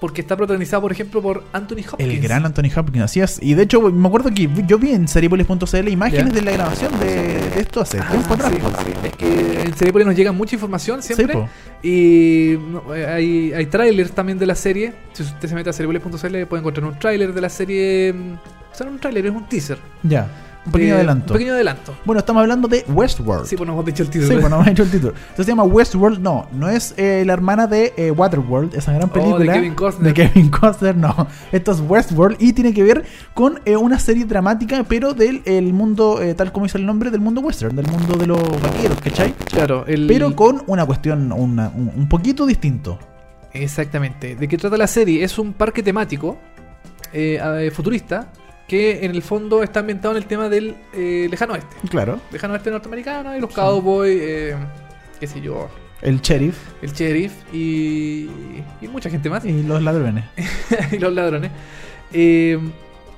S2: Porque está protagonizada, por ejemplo, por Anthony Hopkins.
S3: El gran Anthony Hopkins, así es. Y de hecho, me acuerdo que yo vi en seriepolis.cl imágenes
S2: Ya.
S3: de la grabación de, de esto hace
S2: Ah,
S3: tiempo atrás.
S2: sí, sí. Es que en Seriepolis nos llega mucha información siempre.
S3: po.
S2: y no, eh, hay, hay trailers también de la serie. Si usted se mete a seriepolis.cl puede encontrar un trailer de la serie. mm, O sea, no un trailer, es un teaser.
S3: Ya. Un pequeño
S2: de-
S3: adelanto.
S2: Un pequeño adelanto.
S3: Bueno, estamos hablando de Westworld.
S2: Sí, pues nos hemos dicho el
S3: Sí,
S2: título.
S3: pues no me han hecho el título. Entonces se llama Westworld, no, no es eh, la hermana de eh, Waterworld, esa gran
S2: Oh,
S3: película.
S2: de Kevin Costner.
S3: de Kevin Costner, no. Esto es Westworld y tiene que ver con eh, una serie dramática, pero del el mundo, eh, tal como dice el nombre, del mundo western, del mundo de los vaqueros, ¿cachai?
S2: Claro, el...
S3: Pero con una cuestión una- un, un poquito distinto.
S2: Exactamente. ¿De qué trata la serie? Es un parque temático eh, eh, futurista que en el fondo está ambientado en el tema del eh, lejano oeste.
S3: Claro.
S2: Lejano oeste norteamericano y los cowboys, eh, qué sé yo,
S3: El sheriff
S2: el sheriff y, y mucha gente más,
S3: y
S2: *laughs*
S3: los ladrones.
S2: y los ladrones, eh,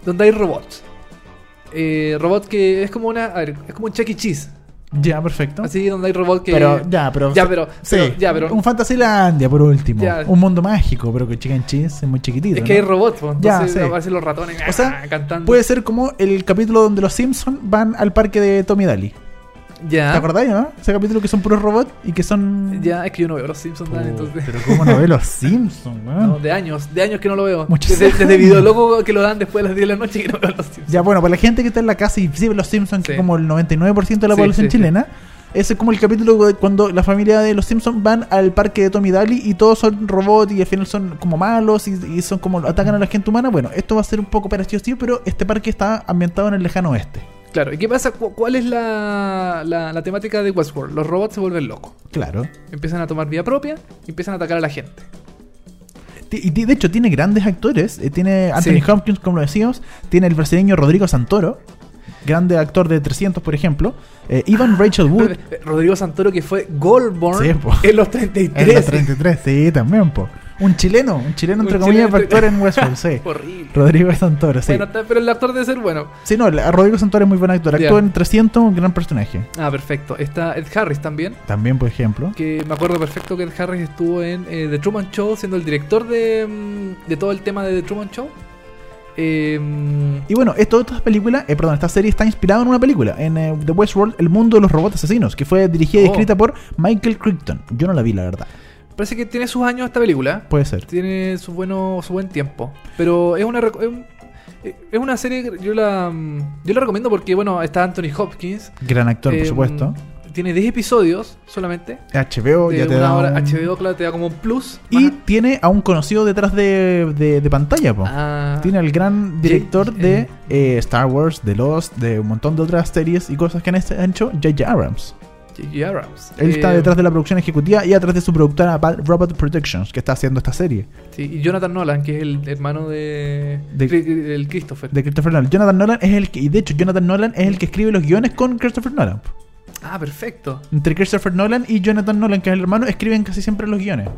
S2: donde hay robots. Eh, robot que es como una a ver, es como un Chuck E. Cheese
S3: ya, perfecto.
S2: así donde hay robot que
S3: Pero, ya, pero.
S2: ya pero,
S3: Sí,
S2: pero- ya pero
S3: un Fantasylandia por último.
S2: Ya.
S3: Un mundo mágico, pero que Chicken Cheese es muy chiquitito.
S2: es que
S3: ¿no?
S2: hay robots pues,
S3: Ya,
S2: entonces
S3: sí.
S2: aparecen los ratones
S3: O sea,
S2: ah, cantando
S3: Puede ser como el capítulo donde los Simpsons van al parque de Tommy Daly.
S2: ya
S3: ¿Te acordáis, no? Ese capítulo que son puros robots y que son.
S2: Ah. Ya, es que yo no veo los Simpsons, Dan,
S3: Puh,
S2: entonces.
S3: Pero cómo no ve
S2: *laughs*
S3: los Simpsons, weón.
S2: No, de años, de años que no lo veo.
S3: Muchos
S2: Desde,
S3: años.
S2: desde videólogo que lo dan después de las 10 de la noche que no veo los Simpsons.
S3: Ya, bueno, para la gente que está en la casa y sí ve los Simpsons,
S2: Sí.
S3: que es como el 99% de la
S2: Sí,
S3: población
S2: sí, sí.
S3: chilena, ese es como el capítulo de cuando la familia de los Simpsons van al parque de Tommy Daly y todos son robots y al final son como malos y, y son como atacan a la gente humana. Bueno, esto va a ser un poco parecido, sí, pero este parque está ambientado en el lejano oeste.
S2: Claro, ¿y qué pasa? Cu- ¿Cuál es la, la- la temática de Westworld? Los robots se vuelven locos.
S3: Claro.
S2: Empiezan a tomar vida propia y empiezan a atacar a la gente.
S3: Y ti- de hecho tiene grandes actores. Eh, Tiene Anthony
S2: Sí.
S3: Hopkins, como lo decíamos. Tiene el brasileño Rodrigo Santoro, grande actor de 300, por ejemplo. Eh,
S2: *laughs*
S3: Ivan Rachel Wood.
S2: Eh, Rodrigo Santoro, que fue Goldborn
S3: Sí, po.
S2: en los
S3: En
S2: 33.
S3: los 33, sí, también, po. Un chileno, un chileno entre
S2: Un
S3: comillas,
S2: chileno
S3: pero
S2: entre-
S3: actor en
S2: *laughs*
S3: Westworld, sí.
S2: Horrible.
S3: Rodrigo Santoro, sí.
S2: Bueno, está- pero el actor debe ser bueno.
S3: sí, no, la- Rodrigo Santoro es muy buen actor.
S2: Ya.
S3: Actuó en 300, un gran personaje.
S2: Ah, perfecto. Está Ed Harris también.
S3: También, por ejemplo.
S2: Que me acuerdo perfecto que Ed Harris estuvo en eh, The Truman Show, siendo el director de, mm, de todo el tema de The Truman Show. Eh,
S3: Y bueno, esto, esta película, eh, perdón, esta serie está inspirada en una película, en eh, The Westworld, El Mundo de los Robots Asesinos, que fue dirigida y
S2: Oh.
S3: escrita por Michael Crichton. Yo no la vi, la verdad.
S2: parece que tiene sus años esta película.
S3: Puede ser.
S2: Tiene su, bueno, su buen tiempo. Pero es una, reco- es, un- eh, es una serie que yo la, mm, yo la recomiendo porque, bueno, está Anthony Hopkins.
S3: Gran actor, por
S2: Eh,
S3: supuesto.
S2: Tiene 10 episodios solamente.
S3: HBO
S2: de
S3: ya te
S2: una
S3: da
S2: hora.
S3: un-
S2: HBO, claro, te da como un plus.
S3: Y
S2: Ajá.
S3: tiene a un conocido detrás de, de- de pantalla, po.
S2: Ah,
S3: Tiene al gran director
S2: J-
S3: de eh, Star Wars, de Lost, de un montón de otras series y cosas que han este- han hecho, J.J. Abrams.
S2: J.J. Abrams.
S3: Él está
S2: Eh,
S3: detrás de la producción ejecutiva y atrás de su productora Bad Robot Productions, que está haciendo esta serie.
S2: Sí, y Jonathan Nolan, que es el hermano de,
S3: De-
S2: Cri- el Christopher.
S3: De Christopher Nolan. Jonathan Nolan es el que, y de hecho, Jonathan Nolan es el que escribe los guiones con Christopher Nolan.
S2: Ah, perfecto.
S3: Entre Christopher Nolan y Jonathan Nolan, que es el hermano, escriben casi siempre los guiones.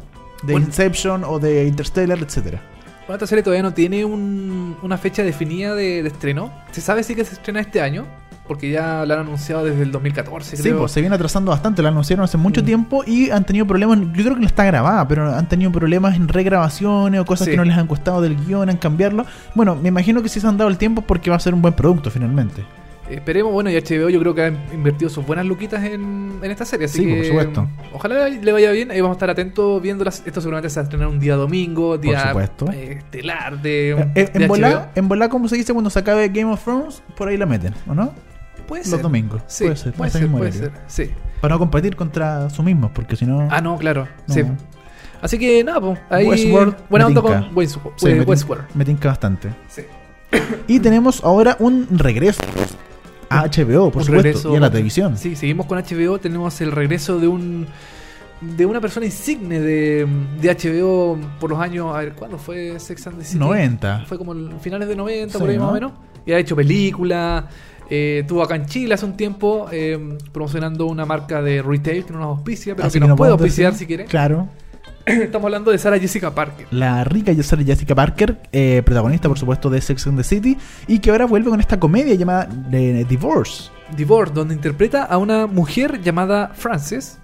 S3: De
S2: Bueno.
S3: Inception o de Interstellar, etcétera.
S2: Bueno, esta serie todavía no tiene un- una fecha definida de, de estreno. Se sabe sí que se estrena este año, porque ya la han anunciado desde el 2014,
S3: Sí,
S2: creo.
S3: pues se viene atrasando bastante, la anunciaron hace mucho
S2: Mm.
S3: tiempo y han tenido problemas, yo creo que no está grabada, pero han tenido problemas en regrabaciones o cosas
S2: Sí.
S3: que no les han gustado del guión, han cambiarlo. Bueno, me imagino que sí se han dado el tiempo porque va a ser un buen producto finalmente.
S2: Esperemos, bueno, y HBO yo creo que ha invertido sus buenas luquitas en, en esta serie, así
S3: Sí,
S2: que...
S3: por supuesto.
S2: Ojalá le vaya bien, ahí vamos a estar atentos viéndolas. Esto seguramente se va a estrenar un día domingo, día
S3: supuesto.
S2: eh, estelar de,
S3: Eh,
S2: de
S3: en
S2: HBO.
S3: volá, en volá, como se dice cuando se acabe Game of Thrones, por ahí la meten, ¿o no?
S2: Puede
S3: Los
S2: ser.
S3: domingos.
S2: Sí,
S3: puede ser,
S2: puede
S3: ese
S2: ser,
S3: mismo
S2: puede
S3: horario.
S2: ser, sí.
S3: Para no competir contra sus mismos, porque si no...
S2: Ah, no, claro.
S3: No.
S2: Sí. Así que nada, pues. Ahí.
S3: Westworld,
S2: buena
S3: me
S2: onda
S3: tinca.
S2: con Westworld.
S3: Sí,
S2: eh,
S3: me tin-
S2: Westworld.
S3: me tinca bastante.
S2: Sí.
S3: Y tenemos ahora un regreso a HBO, por
S2: Un
S3: supuesto,
S2: regreso-
S3: y a la televisión.
S2: Sí, seguimos con HBO. Tenemos el regreso de un. De una persona insigne de, de HBO por los años. A ver, ¿cuándo fue Sex and the City?
S3: 90.
S2: Fue como el- finales de 90,
S3: Sí,
S2: por ahí más
S3: ¿no?
S2: o menos. Y ha hecho películas. Eh, estuvo acá en Chile hace un tiempo eh, promocionando una marca de retail que no nos auspicia, pero
S3: Así
S2: que nos
S3: no
S2: puede
S3: podemos
S2: auspiciar
S3: decir-
S2: si quiere.
S3: Claro.
S2: Estamos hablando de Sarah Jessica Parker.
S3: La rica y Sarah Jessica Parker, eh, protagonista, por supuesto, de Sex and the City, y que ahora vuelve con esta comedia llamada eh, Divorce.
S2: Divorce, donde interpreta a una mujer llamada Frances,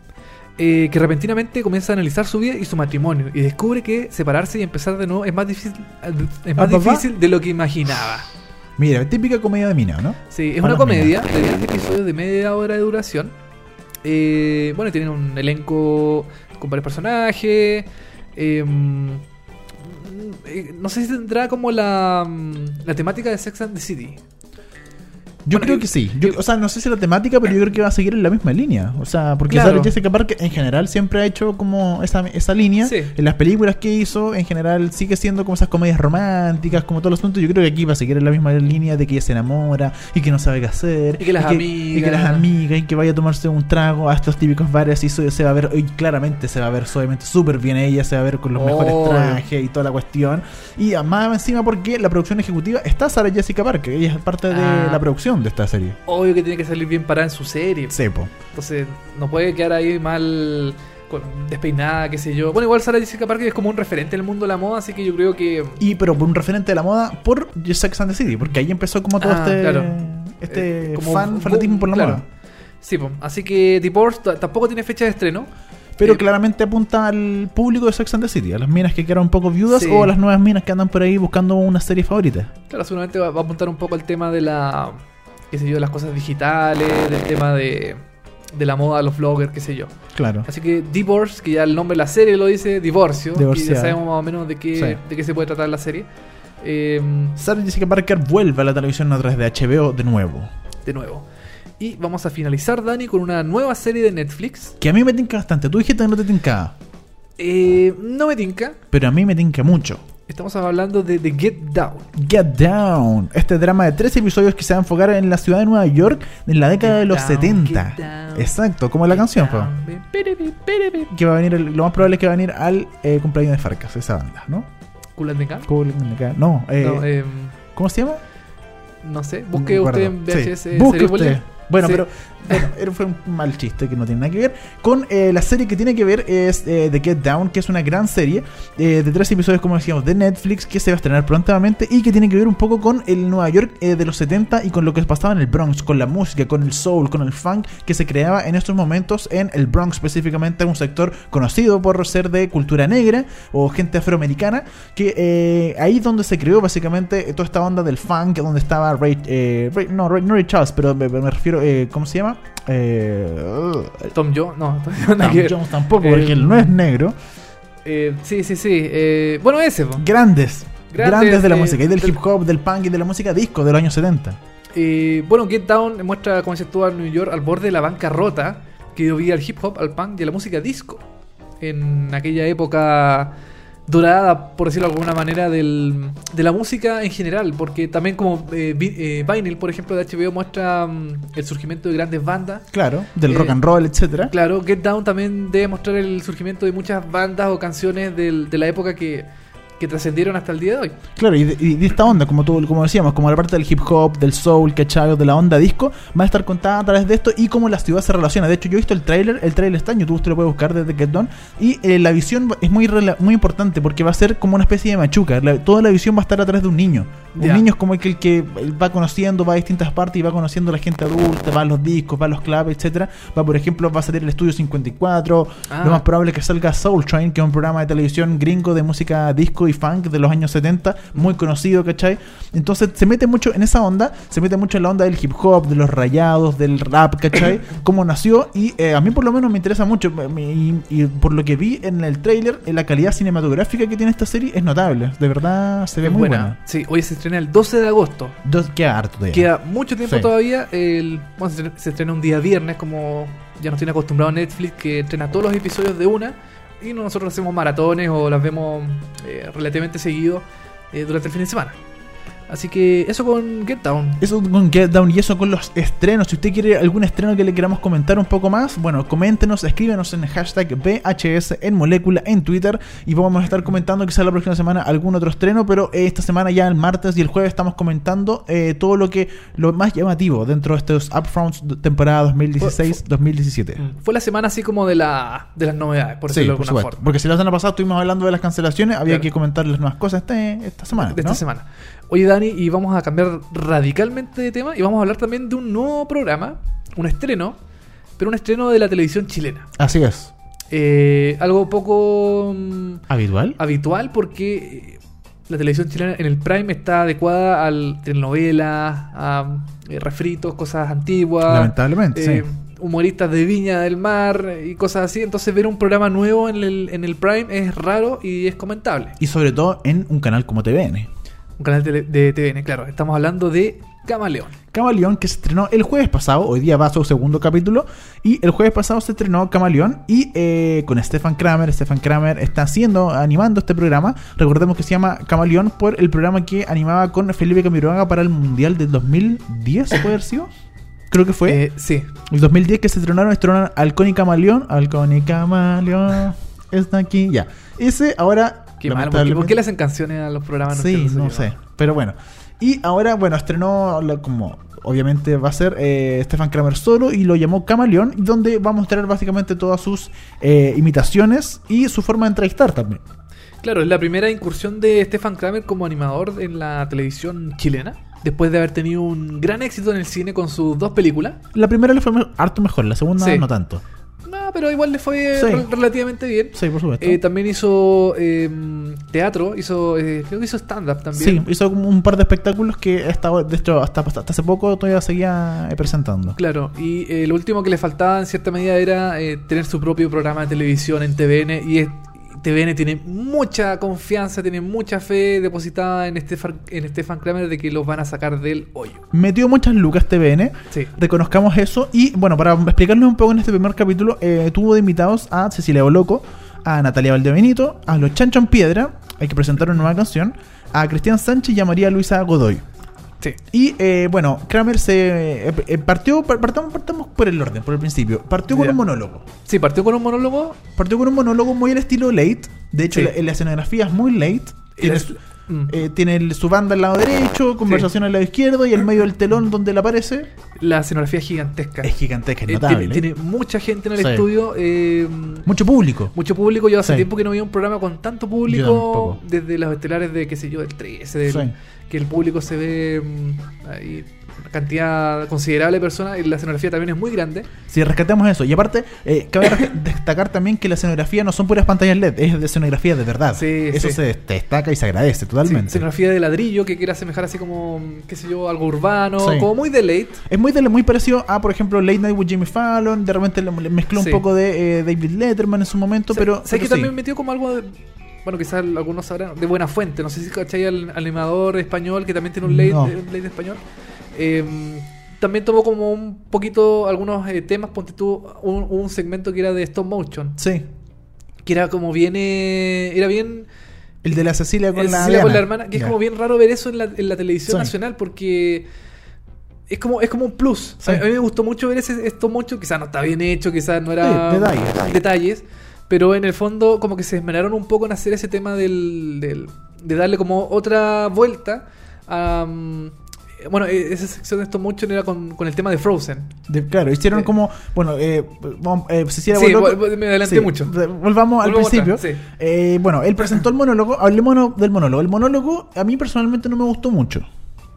S2: eh, que repentinamente comienza a analizar su vida y su matrimonio y descubre que separarse y empezar de nuevo es más difícil, es más
S3: ¿Ah, papá?
S2: difícil de lo que imaginaba.
S3: Mira, típica comedia de mina, ¿no?
S2: Sí, es
S3: Para
S2: una
S3: los
S2: comedia de 10 episodios de media hora de duración. Eh, bueno, tienen un elenco con varios personajes. eh, mm, eh, no sé si tendrá como la, mm, la temática de Sex and the City.
S3: Yo
S2: Bueno,
S3: creo
S2: y-
S3: que sí. Yo- o sea, no sé si la temática, pero yo creo que va a seguir en la misma línea. O sea, porque
S2: Claro.
S3: Sarah Jessica Parker en general siempre ha hecho como esa, esa línea.
S2: Sí.
S3: En las películas que hizo, en general sigue siendo como esas comedias románticas, como todos los puntos. Yo creo que aquí va a seguir en la misma línea de que ella se enamora y que no sabe qué hacer.
S2: Y que las
S3: Y que
S2: amigas.
S3: las amigas y que vaya a tomarse un trago a estos típicos bares y so- se va a ver, y claramente se va a ver obviamente súper bien ella, se va a ver con los mejores
S2: Obvio.
S3: trajes y toda la cuestión. Y más encima porque la producción ejecutiva está Sarah Jessica Parker, ella es parte de
S2: Ah.
S3: la producción de esta serie.
S2: Obvio que tiene que salir bien parada en su serie.
S3: Sepo.
S2: Entonces, no puede quedar ahí mal con- despeinada, qué sé yo. Bueno, igual Sara Jessica Parker es como un referente en el mundo de la moda, así que yo creo que eh,
S3: Y pero por un referente de la moda por Sex and the City, porque ahí empezó como todo
S2: Ah,
S3: este,
S2: claro.
S3: este
S2: eh, como
S3: fan
S2: un-
S3: fanatismo por la
S2: claro.
S3: moda.
S2: Sí, po. así que Divorce t- tampoco tiene fecha de estreno.
S3: Pero
S2: Eh,
S3: claramente apunta al público de Sex and the City, a las minas que quedaron un poco viudas
S2: Sí.
S3: o a las nuevas minas que andan por ahí buscando una serie favorita.
S2: Claro, seguramente va, va a apuntar un poco al tema de la. qué sé yo, de las cosas digitales, del tema de. de la moda, los vloggers, qué sé yo.
S3: Claro.
S2: Así que Divorce, que ya el nombre de la serie lo dice, Divorcio, y ya
S3: Divorciada.
S2: sabemos más o menos de qué,
S3: Sí.
S2: de qué se puede tratar la serie. Em,
S3: Sarah Jessica Parker vuelve a la televisión a través de HBO de nuevo.
S2: de nuevo. Y vamos a finalizar, Dani, con una nueva serie de Netflix.
S3: Que a mí me tinca bastante. Tú dijiste que no te tinca,
S2: Eh, no me tinca.
S3: pero a mí me tinca mucho.
S2: Estamos hablando de The Get Down.
S3: Get Down, este drama de tres episodios que se va a enfocar en la ciudad de Nueva York en la década
S2: Get
S3: de los
S2: down,
S3: 70.
S2: get down.
S3: Exacto, como la canción, po.
S2: Piripi, piripi.
S3: que va a venir, el- lo más probable es que va a venir al eh, cumpleaños de Farcas, esa banda, ¿no?
S2: Culandeca.
S3: No, eh,
S2: No, em,
S3: ¿cómo se llama?
S2: No sé,
S3: No
S2: busque
S3: me
S2: usted
S3: acuerdo.
S2: en VHS.
S3: Sí, busque
S2: serie
S3: usted.
S2: Bolivia.
S3: Bueno,
S2: Sí.
S3: pero
S2: *laughs*
S3: bueno, era- fue un mal chiste que no tiene nada que ver. Con eh, la serie que tiene que ver es eh, The Get Down, que es una gran serie eh, de tres episodios, como decíamos, de Netflix, que se va a estrenar prontamente y que tiene que ver un poco con el Nueva York eh, de los 70 y con lo que pasaba en el Bronx, con la música, con el soul, con el funk que se creaba en estos momentos en el Bronx, específicamente un sector conocido por ser de cultura negra o gente afroamericana, que eh, ahí es donde se creó básicamente toda esta onda del funk, donde estaba Ray, eh, Ray- no, Ray, no Ray Charles, pero me, me refiero, eh, ¿cómo se llama? Eh,
S2: Tom Jones, no, *laughs* Tom Jones nada
S3: Tom
S2: que ver.
S3: Jones tampoco, porque
S2: Eh,
S3: él no es negro.
S2: Eh, sí, sí, sí. eh, bueno, ese. po.
S3: Grandes. Grandes,
S2: Grandes,
S3: de la
S2: eh,
S3: música, y del
S2: del-
S3: hip hop, del punk y de la música disco de los años 70.
S2: Eh, bueno, Get Down muestra cómo se actúa en New York al borde de la bancarrota que dio vida al hip hop, al punk y a la música disco. En aquella época dorada, por decirlo de alguna manera, del- de la música en general. Porque también como eh, vi- eh, Vinyl, por ejemplo, de HBO muestra mm, el surgimiento de grandes bandas.
S3: Claro, del
S2: Eh,
S3: rock and roll, etcétera.
S2: Claro, Get Down también debe mostrar el surgimiento de muchas bandas o canciones del- de la época que, que trascendieron hasta el día de hoy.
S3: Claro, y de, y de esta onda, como tú, como decíamos, como la parte del hip hop, del soul, cachado, de la onda disco, va a estar contada a través de esto y cómo la ciudad se relaciona. De hecho, yo he visto el tráiler, el tráiler está en YouTube, usted lo puede buscar desde Get Down, y eh, la visión va- es muy, rela- muy importante porque va a ser como una especie de machuca. La- toda la visión va a estar a través de un niño. Un
S2: Ya.
S3: niño es como el que, el que va conociendo, va a distintas partes y va conociendo a la gente adulta, va a los discos, va a los clubs, etcétera. Va, por ejemplo, va a salir el Estudio 54,
S2: Ah.
S3: lo más probable es que salga Soul Train, que es un programa de televisión gringo de música disco y funk de los años 70, muy conocido, ¿cachai? Entonces se mete mucho en esa onda, se mete mucho en la onda del hip hop, de los rayados, del rap, ¿cachai? Cómo nació y eh, a mí por lo menos me interesa mucho me- y, y por lo que vi en el trailer, la calidad cinematográfica que tiene esta serie es notable, de verdad se ve muy buena.
S2: Sí, hoy se estrena el 12 de agosto.
S3: Dos, queda harto todavía.
S2: Queda mucho tiempo
S3: Sí.
S2: todavía. El, bueno, se estrena- se estrena un día viernes, como ya nos tiene acostumbrado Netflix, que estrena todos los episodios de una. Y nosotros hacemos maratones o las vemos eh, relativamente seguido eh, durante el fin de semana. Así que eso con Get Down.
S3: Eso con Get Down y eso con los estrenos. Si usted quiere algún estreno que le queramos comentar un poco más, bueno, coméntenos, escríbenos en el hashtag VHS en molécula en Twitter y vamos a estar comentando quizá la próxima semana algún otro estreno, pero eh, esta semana ya el martes y el jueves estamos comentando eh, todo lo que lo más llamativo dentro de estos Upfronts de temporada 2016-2017.
S2: Fue la semana así como de, la, de las novedades, Mm, por
S3: Sí,
S2: decirlo
S3: por
S2: de alguna
S3: supuesto.
S2: forma.
S3: Porque si la semana pasada estuvimos hablando de las cancelaciones, había
S2: Claro.
S3: que comentar las nuevas cosas este- esta semana.
S2: de esta
S3: ¿no?
S2: semana. Oye, Dani, y vamos a cambiar radicalmente de tema y vamos a hablar también de un nuevo programa, un estreno, pero un estreno de la televisión chilena.
S3: Así es.
S2: Eh, algo poco mm,
S3: ¿Habitual?
S2: habitual porque eh, la televisión chilena en el Prime está adecuada al telenovelas, a eh, refritos, cosas antiguas.
S3: Lamentablemente,
S2: eh,
S3: sí.
S2: Humoristas de Viña del Mar eh, y cosas así. Entonces, ver un programa nuevo en el, en el Prime es raro y es comentable.
S3: Y sobre todo en un canal como TVN.
S2: Un canal de, de TVN, claro. Estamos hablando de Camaleón.
S3: Camaleón que se estrenó el jueves pasado, hoy día va su segundo capítulo, y el jueves pasado se estrenó Camaleón y eh, con Stefan Kramer, Stefan Kramer está haciendo, animando este programa, recordemos que se llama Camaleón por el programa que animaba con Felipe Camiroaga para el Mundial del 2010, ¿puede haber sido? Creo que fue.
S2: Eh, sí.
S3: el 2010 que se estrenaron, estrenaron Halcón y Camaleón, Halcón y Camaleón, está aquí, ya. Ese ahora...
S2: Qué mal, ¿por qué, por qué
S3: lamentablemente-
S2: le hacen canciones a los programas?
S3: Sí,
S2: nuestros?
S3: no sé. Pero bueno. Y ahora, bueno, estrenó la- como. Obviamente va a ser eh, Stefan Kramer solo y lo llamó Camaleón, y donde va a mostrar básicamente todas sus eh, imitaciones y su forma de entrevistar también.
S2: Claro, es la primera incursión de Stefan Kramer como animador en la televisión chilena. Después de haber tenido un gran éxito en el cine con sus dos películas.
S3: La primera le fue me- harto mejor, la segunda
S2: Sí.
S3: no tanto.
S2: No, pero igual le fue
S3: Sí.
S2: re- relativamente bien.
S3: Sí, por supuesto.
S2: Eh, también hizo eh, teatro, hizo eh, creo que hizo stand-up
S3: sí,
S2: también.
S3: hizo como un par de espectáculos que hasta, de hecho, hasta, hasta hace poco todavía seguía eh, presentando.
S2: Claro, y eh, lo último que le faltaba en cierta medida era eh, tener su propio programa de televisión en TVN y es- TVN tiene mucha confianza, tiene mucha fe depositada en Stefan, en Stefan Kramer de que los van a sacar del hoyo.
S3: Metió muchas lucas TVN,
S2: Sí.
S3: reconozcamos eso. Y bueno, para explicarles un poco en este primer capítulo, eh, tuvo de invitados a Cecilia Boloco, a Natalia Valdebenito, a Los Chancho en Piedra, hay que presentar una nueva canción, a Cristian Sánchez y a María Luisa Godoy.
S2: Sí.
S3: Y eh, bueno, Kramer se eh, eh, partió, par- partamos, partamos por el orden, por el principio. Partió con
S2: Ya.
S3: un monólogo.
S2: Sí, partió con un monólogo.
S3: Partió con un monólogo muy al estilo late. De hecho,
S2: Sí.
S3: la, la escenografía es muy late. Tiene,
S2: la-
S3: su,
S2: Mm.
S3: eh, tiene el- su banda al lado derecho, conversación al lado izquierdo y en medio del telón donde él aparece.
S2: La escenografía es gigantesca.
S3: Es gigantesca, es
S2: Eh,
S3: notable.
S2: tiene, tiene mucha gente en el
S3: Sí.
S2: estudio. eh,
S3: Mucho público.
S2: mucho público. Yo hace
S3: Sí.
S2: tiempo que no veía un programa con tanto
S3: Yo
S2: público
S3: tampoco.
S2: desde los estelares de, qué sé yo, del 13, del-
S3: Sí.
S2: que el público se ve mm, ahí, una cantidad considerable de personas y la escenografía también es muy grande.
S3: Si rescatamos eso. Y aparte, eh, cabe resca- *laughs* destacar también que la escenografía no son puras pantallas LED, es de escenografía de verdad.
S2: Sí,
S3: eso
S2: sí.
S3: se des- destaca y se agradece
S2: Sí,
S3: totalmente.
S2: escenografía de ladrillo que quiere asemejar así como, mm, qué sé yo, algo urbano,
S3: Sí.
S2: como muy de late.
S3: es muy, de- muy parecido a, por ejemplo, Late Night with Jimmy Fallon. De repente le, le mezcló
S2: Sí.
S3: un poco de eh, David Letterman en su momento,
S2: Sé-
S3: pero.
S2: sé
S3: pero
S2: que
S3: sí.
S2: también metió como algo de. Bueno, quizás algunos sabrán. De buena fuente. No sé si cachai al animador español que también tiene un ley,
S3: No.
S2: de español. Eh, también tomó como un poquito algunos eh, temas. Ponte tú un, un segmento que era de stop motion.
S3: Sí.
S2: Que era como bien. eh, era bien.
S3: El de la Cecilia con,
S2: eh,
S3: la,
S2: Cecilia con
S3: Diana.
S2: la hermana. Que es
S3: Ya.
S2: como bien raro ver eso en la, en la televisión
S3: Sí.
S2: nacional porque. Es como, es como un plus.
S3: Sí.
S2: A, a mí me gustó mucho ver ese, esto mucho. Quizás no está bien hecho, quizás no era.
S3: Sí, detalles.
S2: detalles, Pero en el fondo, como que se esmeraron un poco en hacer ese tema del. del- de darle como otra vuelta a. mm, bueno, e- esa sección de esto mucho era con, con el tema de Frozen.
S3: De- claro, hicieron
S2: Sí.
S3: como. Bueno, eh, vamos, eh, Cecilia
S2: Sí,
S3: Boloco-
S2: vol- vol- me adelanté mucho.
S3: de- Volvamos al
S2: Volvamos
S3: principio.
S2: atrás, sí.
S3: Eh, bueno, él presentó el monólogo. Hablemos no- del monólogo. El monólogo a mí personalmente no me gustó mucho.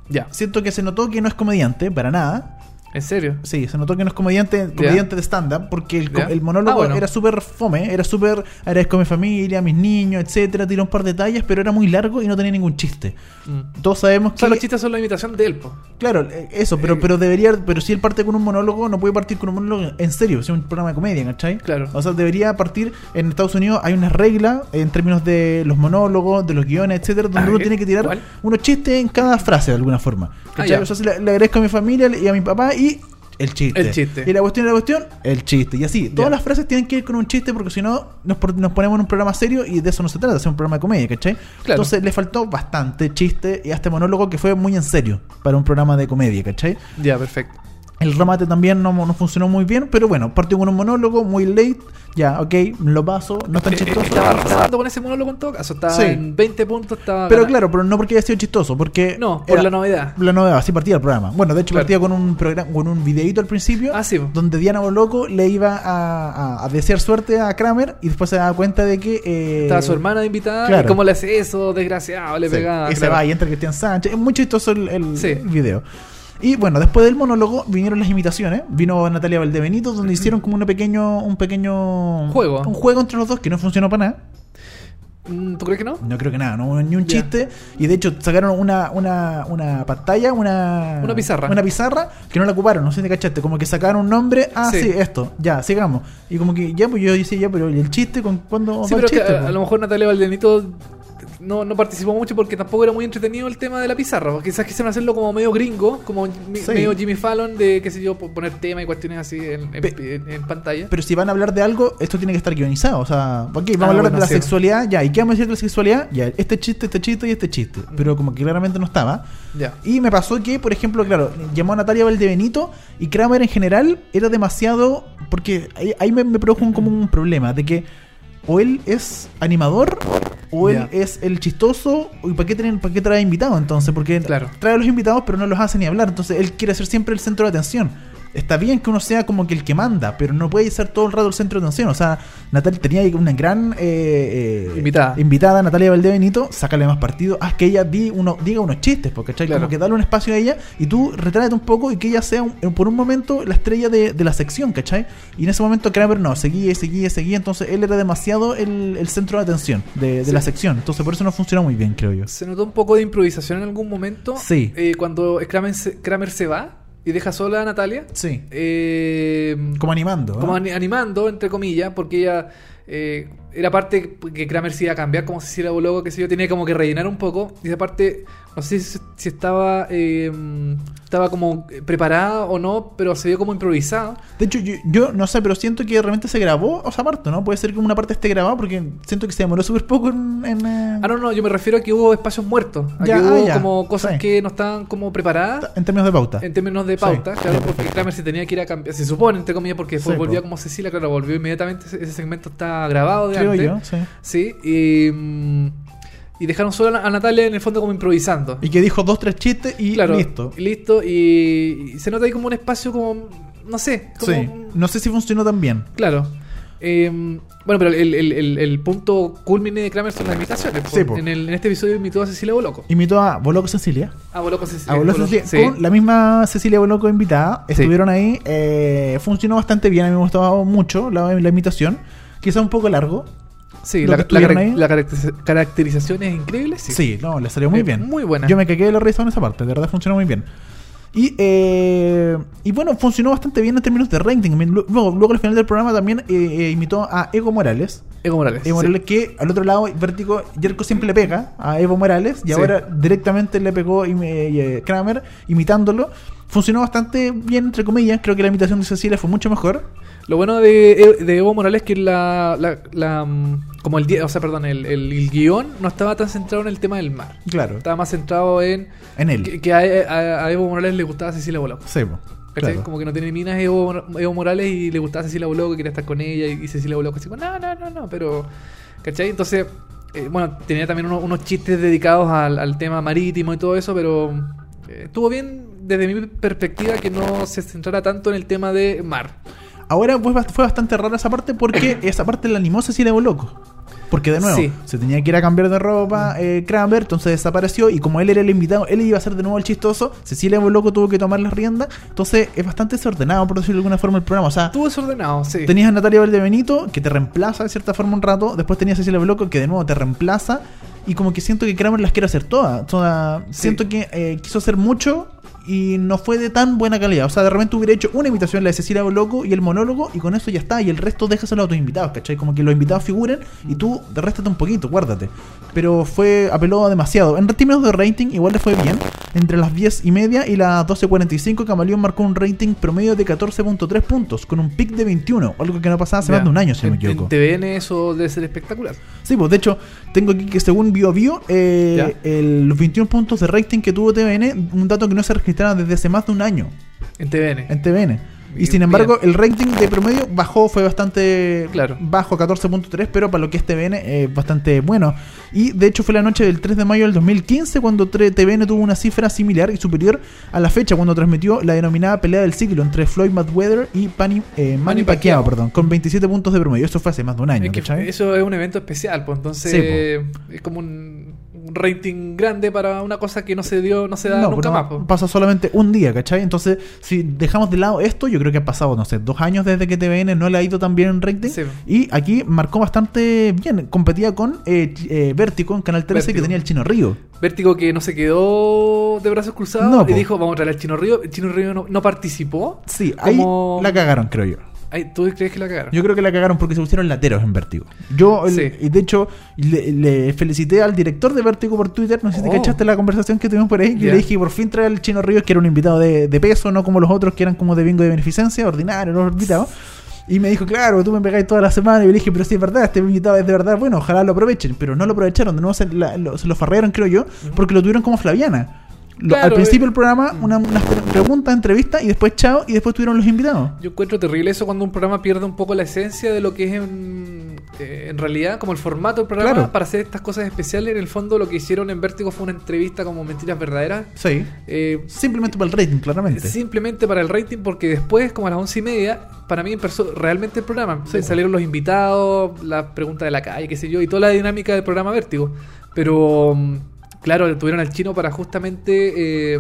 S2: Ya.
S3: Siento que se notó que no es comediante, para nada.
S2: ¿En serio?
S3: Sí, se notó que no es comediante, comediante de stand-up, porque el, co-
S2: Ya.
S3: el monólogo
S2: Ah, bueno.
S3: era súper fome, era súper agradezco a mi familia, a mis niños, etcétera, tiró un par de detalles, pero era muy largo y no tenía ningún chiste.
S2: Mm.
S3: Todos sabemos
S2: O
S3: que
S2: sea, los chistes son la imitación de él, po.
S3: Claro, eh, eso, pero, pero debería, pero si él parte con un monólogo, no puede partir con un monólogo en serio, es un programa de comedia, ¿cachai?
S2: Claro.
S3: O sea, debería partir, en Estados Unidos hay una regla en términos de los monólogos, de los guiones, etcétera, donde
S2: Ah,
S3: uno
S2: ¿eh?
S3: tiene que tirar
S2: ¿Cuál? Ah,
S3: unos chistes en cada frase de alguna forma. ¿Cachai?
S2: ya.
S3: o sea, si le, le agradezco a mi familia y a mi papá y el chiste.
S2: El chiste.
S3: Y la cuestión la cuestión, el chiste. Y así, todas
S2: Ya.
S3: las frases tienen que ir con un chiste porque si no, nos, por- nos ponemos en un programa serio y de eso no se trata, es un programa de comedia, ¿cachai?
S2: Claro.
S3: Entonces le faltó bastante chiste y a este monólogo que fue muy en serio para un programa de comedia, ¿cachai?
S2: Ya, perfecto.
S3: El remate también no, no funcionó muy bien, pero bueno, partió con un monólogo muy late, ya, ok, lo paso, no es tan chistoso.
S2: Eh, Estaba arrasando con ese monólogo en todo caso. Estaba
S3: Sí.
S2: en 20 puntos. Estaba
S3: Pero
S2: ganando.
S3: claro, pero no porque haya sido chistoso, porque...
S2: No, por
S3: era-
S2: la novedad.
S3: La novedad, así partía el programa. Bueno, de hecho
S2: Claro.
S3: partía con un programa, con un videíto al principio,
S2: Ah, sí.
S3: donde Diana Boloco le iba a, a- a desear suerte a Kramer y después se daba cuenta de que... eh,
S2: Estaba su hermana invitada. ¿Y
S3: claro.
S2: cómo le hace eso? Desgraciado, le
S3: Sí,
S2: pegaba.
S3: y se
S2: claro.
S3: va y entra Cristian Sánchez. Es muy chistoso el, el-
S2: Sí.
S3: el video. Y bueno, después del monólogo vinieron las imitaciones. Vino Natalia Valdebenito, donde hicieron como un pequeño, un pequeño
S2: Juego.
S3: Un juego entre los dos que no funcionó para nada.
S2: Mm, ¿Tú crees que no?
S3: No creo que nada, no hubo ni un
S2: Ya.
S3: chiste. Y de hecho sacaron una, una, una pantalla, una,
S2: Una pizarra.
S3: Una pizarra que no la ocuparon, no sé si cachaste. Como que sacaron un nombre, ah, sí,
S2: Sí.
S3: esto, ya, sigamos. Y como que ya, pues yo decía, ya, pero ¿y el chiste, ¿con cuándo
S2: Sí,
S3: va
S2: pero
S3: el
S2: que
S3: chiste?
S2: a, a
S3: po?
S2: lo mejor Natalia Valdenito no, no participó mucho porque tampoco era muy entretenido el tema de la pizarra. porque Quizás quisieron hacerlo como medio gringo, como mi-
S3: Sí.
S2: medio Jimmy Fallon, de qué sé yo, po- poner tema y cuestiones así en, en-
S3: Pe-
S2: en- en pantalla.
S3: Pero si van a hablar de algo, esto tiene que estar guionizado. O sea, ok, vamos
S2: Ah,
S3: a hablar
S2: bueno,
S3: de la
S2: sí.
S3: sexualidad, ya. ¿Y qué vamos a decir de la sexualidad? Ya, este chiste, este chiste y este chiste. Pero como que claramente no estaba.
S2: Ya.
S3: Y me pasó que, por ejemplo, claro, llamó a Natalia Valdebenito y Kramer en general era demasiado. Porque ahí, ahí me, me produjo un- como un problema de que o él es animador o él
S2: Ya.
S3: es el chistoso. ¿Y para qué, tienen, para qué trae invitados entonces? Porque
S2: Claro.
S3: trae a los invitados pero no los hace ni hablar. Entonces él quiere ser siempre el centro de atención. Está bien que uno sea como que el que manda, pero no puede ser todo el rato el centro de atención. O sea, Natalia tenía ahí una gran eh, eh,
S2: Invitada.
S3: invitada Natalia Valdebenito, sácale más partido, haz que ella di uno, diga unos chistes, porque
S2: Claro.
S3: como que dale un espacio a ella y tú retráete un poco y que ella sea un- por un momento la estrella de, de la sección, ¿cachai? Y en ese momento Kramer no, seguía y seguía y seguía, entonces él era demasiado el, el centro de atención de, de
S2: Sí.
S3: la sección, entonces por eso no funcionó muy bien, creo yo.
S2: Se notó un poco de improvisación en algún momento.
S3: Sí.
S2: Eh, cuando Kramer se, Kramer se va y deja sola a Natalia.
S3: Sí,
S2: Eh,
S3: como animando. ¿no?
S2: como ani- animando, entre comillas, porque ella eh, era parte que Kramer se iba a cambiar, como si hiciera logo, que sé yo, tenía como que rellenar un poco. Y esa parte, no sé si, si estaba eh, estaba como eh, preparada o no, pero se vio como improvisado.
S3: De hecho, yo, yo no sé, pero siento que realmente se grabó o sea, parte, ¿no? Puede ser que una parte esté grabada porque siento que se demoró súper poco en... en, eh,
S2: Ah, no, no, yo me refiero a que hubo espacios muertos, a
S3: Ya,
S2: que hubo
S3: ah, ya.
S2: como cosas
S3: Sí.
S2: que no estaban como preparadas.
S3: en términos de pauta.
S2: En términos de pauta,
S3: Sí.
S2: claro, porque Kramer se tenía que ir a cambiar, se supone, entre comillas, porque después
S3: Sí,
S2: volvió
S3: po.
S2: como Cecilia, claro, volvió inmediatamente, ese ese segmento está grabado de
S3: Creo
S2: antes.
S3: yo, sí.
S2: Sí, y, mm, y dejaron solo a Natalia en el fondo como improvisando.
S3: Y que dijo dos, tres chistes y
S2: claro,
S3: listo.
S2: Y listo, y, y se nota ahí como un espacio como, no sé, como...
S3: Sí. No sé si funcionó tan bien.
S2: Claro. Eh, bueno, pero el, el- el- el punto culmine de Kramer son las imitaciones.
S3: Sí,
S2: po.
S3: po.
S2: en, el- en este episodio imitó a Cecilia Boloco.
S3: Imitó a Boloco Cecilia.
S2: A Boloco Cecilia.
S3: A Boloco
S2: Boloco,
S3: Cecilia.
S2: sí.
S3: Con la misma Cecilia Boloco invitada. Estuvieron ahí. eh, funcionó bastante bien. A mí me gustó mucho la, la imitación. Quizá un poco largo.
S2: Sí,
S3: lo
S2: la,
S3: que
S2: la
S3: estuvieron
S2: carac-
S3: ahí.
S2: la caracteriza- caracterización es increíble, sí.
S3: Sí, no, le salió muy
S2: Eh,
S3: bien.
S2: muy buena.
S3: Yo me cagué de la risa en esa parte. De verdad funcionó muy bien. Y, eh, y bueno, funcionó bastante bien en términos de rating. Luego, luego al final del programa también eh, eh, imitó a Ego Morales.
S2: Evo Morales.
S3: Evo Morales que al otro lado, Vértigo, Jerko siempre le pega a Evo Morales y
S2: Sí.
S3: ahora directamente le pegó im- eh, Kramer imitándolo. Funcionó bastante bien, entre comillas. Creo que la imitación de Cecilia fue mucho mejor.
S2: sí. Lo bueno de, eh, de Evo Morales es que la, la- la, mm, como el, di- o sea, perdón, el, el- el guión no estaba tan centrado en el tema del mar.
S3: Claro.
S2: Estaba más centrado en
S3: En él.
S2: que, que a, a- a Evo Morales le gustaba Cecilia Boloco.
S3: Sí, po,
S2: ¿Cachai?
S3: claro.
S2: Como que no tiene minas Evo, Evo Morales y le gustaba Cecilia Boloco, que quería estar con ella y, y Cecilia Boloco así como, no, no, no, no, pero... ¿Cachai? Entonces, eh, bueno, tenía también uno- unos chistes dedicados al, al tema marítimo y todo eso, pero eh, estuvo bien desde mi perspectiva que no se centrara tanto en el tema de mar.
S3: Ahora pues, bast- fue bastante rara esa
S2: *coughs*
S3: parte porque esa parte la animó Cecilia Boloco. Porque de nuevo,
S2: Sí. Mm.
S3: se tenía que ir a cambiar de ropa eh, Kramer, entonces desapareció y como él era el invitado, él iba a ser de nuevo el chistoso, Cecilia Boloco tuvo que tomar las riendas, entonces es bastante desordenado por decirlo de alguna forma el programa, o sea,
S2: Estuvo desordenado, sí.
S3: Tenías a Natalia Valdebenito, que te reemplaza de cierta forma un rato. Después tenías a Cecilia Bloco, que de nuevo te reemplaza. Y como que siento que Kramer las quiere hacer todas. todas.
S2: Sí.
S3: Siento que eh, quiso hacer mucho y no fue de tan buena calidad. O sea, de repente hubiera hecho una imitación, la de Cecilia Bloco y el monólogo, y con eso ya está. Y el resto déjaselo a tus invitados, ¿cachai? Como que los invitados figuren y tú réstate un poquito, guárdate. Pero fue, apeló demasiado. En términos de rating, igual le fue bien. Entre las 10 y media y las 12.45, Camaleón marcó un rating promedio de 14.3 puntos, con un pic de 21, algo que no pasaba hace
S2: Ya.
S3: más de un año, si no me
S2: En- en
S3: equivoco.
S2: TVN eso debe ser espectacular.
S3: Sí, pues de hecho, tengo aquí que según BioBio, eh, el- los 21 puntos de rating que tuvo TVN, un dato que no se registraba desde hace más de un año
S2: En TVN.
S3: en TVN. Y
S2: Bien.
S3: sin embargo, el rating de promedio bajó, fue bastante
S2: Claro.
S3: bajo, 14.3, pero para lo que es TVN, eh, bastante bueno. Y de hecho fue la noche del 3 de mayo del 2015 cuando tre- TVN tuvo una cifra similar y superior a la fecha cuando transmitió la denominada pelea del siglo entre Floyd Mayweather y Pani, eh, Manny
S2: Manny
S3: Pacquiao,
S2: Pacquiao.
S3: perdón, con 27 puntos de promedio. Eso fue hace más de un año,
S2: Es que
S3: ¿cachai?
S2: eso es un evento especial, pues entonces
S3: Sí,
S2: es como un, un rating grande para una cosa que no se dio, no se da
S3: No,
S2: nunca
S3: pero
S2: más. po.
S3: pasa solamente un día, ¿cachai? Entonces, si dejamos de lado esto, yo creo que ha pasado, no sé, dos años desde que TVN no le ha ido tan bien en rating.
S2: Sí.
S3: Y aquí marcó bastante bien. Competía con eh, eh, Vértigo en Canal 13 que
S2: Vértigo.
S3: tenía el Chino Río.
S2: Vértigo que no se quedó de brazos cruzados
S3: No,
S2: y
S3: po.
S2: dijo, vamos a traer al Chino Río. El Chino Río no, no participó.
S3: Sí, ahí
S2: Como-
S3: la cagaron, creo yo.
S2: Ay, ¿Tú crees que la cagaron?
S3: Yo creo que la cagaron porque se pusieron lateros en Vértigo. Yo, el-
S2: Sí.
S3: y de hecho, le, le felicité al director de Vértigo por Twitter. No sé si
S2: Oh.
S3: te cachaste la conversación que tuvimos por ahí. Yo
S2: Ya.
S3: le dije, por fin trae al Chino Ríos, que era un invitado de, de peso, no como los otros que eran como de bingo de beneficencia, ordinario, los invitados. Y me dijo, claro, tú me pegáis toda la semana. Y yo le dije, pero sí es verdad, este invitado es de verdad bueno, ojalá lo aprovechen. Pero no lo aprovecharon, de nuevo se, la- lo, se lo farrearon, creo yo, porque lo tuvieron como Flaviana. Lo- al
S2: Claro,
S3: principio
S2: eh.
S3: del programa, una- unas pre- preguntas, entrevistas, y después chao, y después tuvieron los invitados.
S2: Yo encuentro terrible eso cuando un programa pierde un poco la esencia de lo que es en, eh, en realidad, como el formato del programa,
S3: Claro.
S2: para hacer estas cosas especiales. En el fondo, lo que hicieron en Vértigo fue una entrevista como mentiras verdaderas.
S3: Sí.
S2: eh,
S3: Simplemente para el rating, claramente.
S2: simplemente para el rating, porque después, como a las once y media, para mí empezó realmente el programa. Salieron los invitados, las preguntas de la calle, qué sé yo, y toda la dinámica del programa Vértigo. Pero, mm, claro, tuvieron al chino para justamente eh,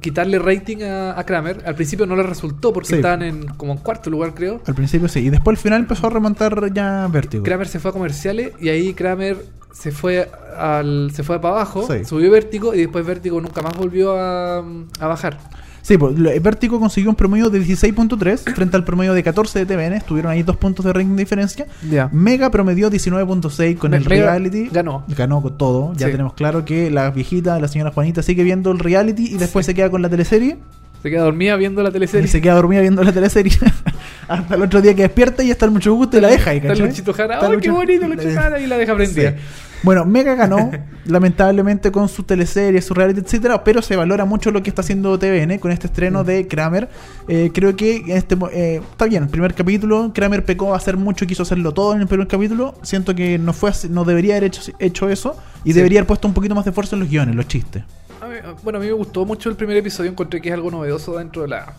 S2: quitarle rating a, a Kramer. Al principio no le resultó porque
S3: Sí.
S2: estaban en, como en cuarto lugar, creo.
S3: Al principio sí. Y después al final empezó a remontar ya Vértigo.
S2: Kramer se fue a comerciales y ahí Kramer se fue al se fue para abajo,
S3: Sí.
S2: subió Vértigo y después Vértigo nunca más volvió a, a bajar.
S3: Sí, pues lo- Vértigo consiguió un promedio de 16.3 frente al promedio de 14 de TVN. Estuvieron ahí dos puntos de rating de diferencia.
S2: Ya.
S3: Mega promedió 19.6 con
S2: Me-
S3: el
S2: Mega
S3: reality.
S2: ganó.
S3: Ganó con todo. Ya
S2: Sí.
S3: tenemos claro que la viejita, la señora Juanita, sigue viendo el reality y después se queda con la teleserie.
S2: Se queda dormida viendo la
S3: Y
S2: teleserie.
S3: se queda dormida viendo la teleserie. *laughs* Hasta el otro día que despierta y está el mucho gusto y la deja ahí,
S2: Está
S3: ¿cachai?
S2: Luchito Jara.
S3: Está
S2: ¡Ay, qué
S3: Lucho-
S2: bonito Luchito Jara! Y la deja prendida.
S3: Sí. Bueno,
S2: *laughs*
S3: Mega ganó, lamentablemente, con su teleserie, su reality, etcétera, pero se valora mucho lo que está haciendo TVN con este
S2: Mm.
S3: estreno de Kramer. Eh, creo que en este mo- eh, está bien, el primer capítulo, Kramer pecó a hacer mucho, quiso hacerlo todo en el primer capítulo. Siento que no fue así- no debería haber hecho, hecho eso y
S2: Sí.
S3: debería haber puesto un poquito más de esfuerzo en los guiones, los chistes.
S2: A mí- bueno, a mí me gustó mucho el primer episodio. Encontré que es algo novedoso dentro de la,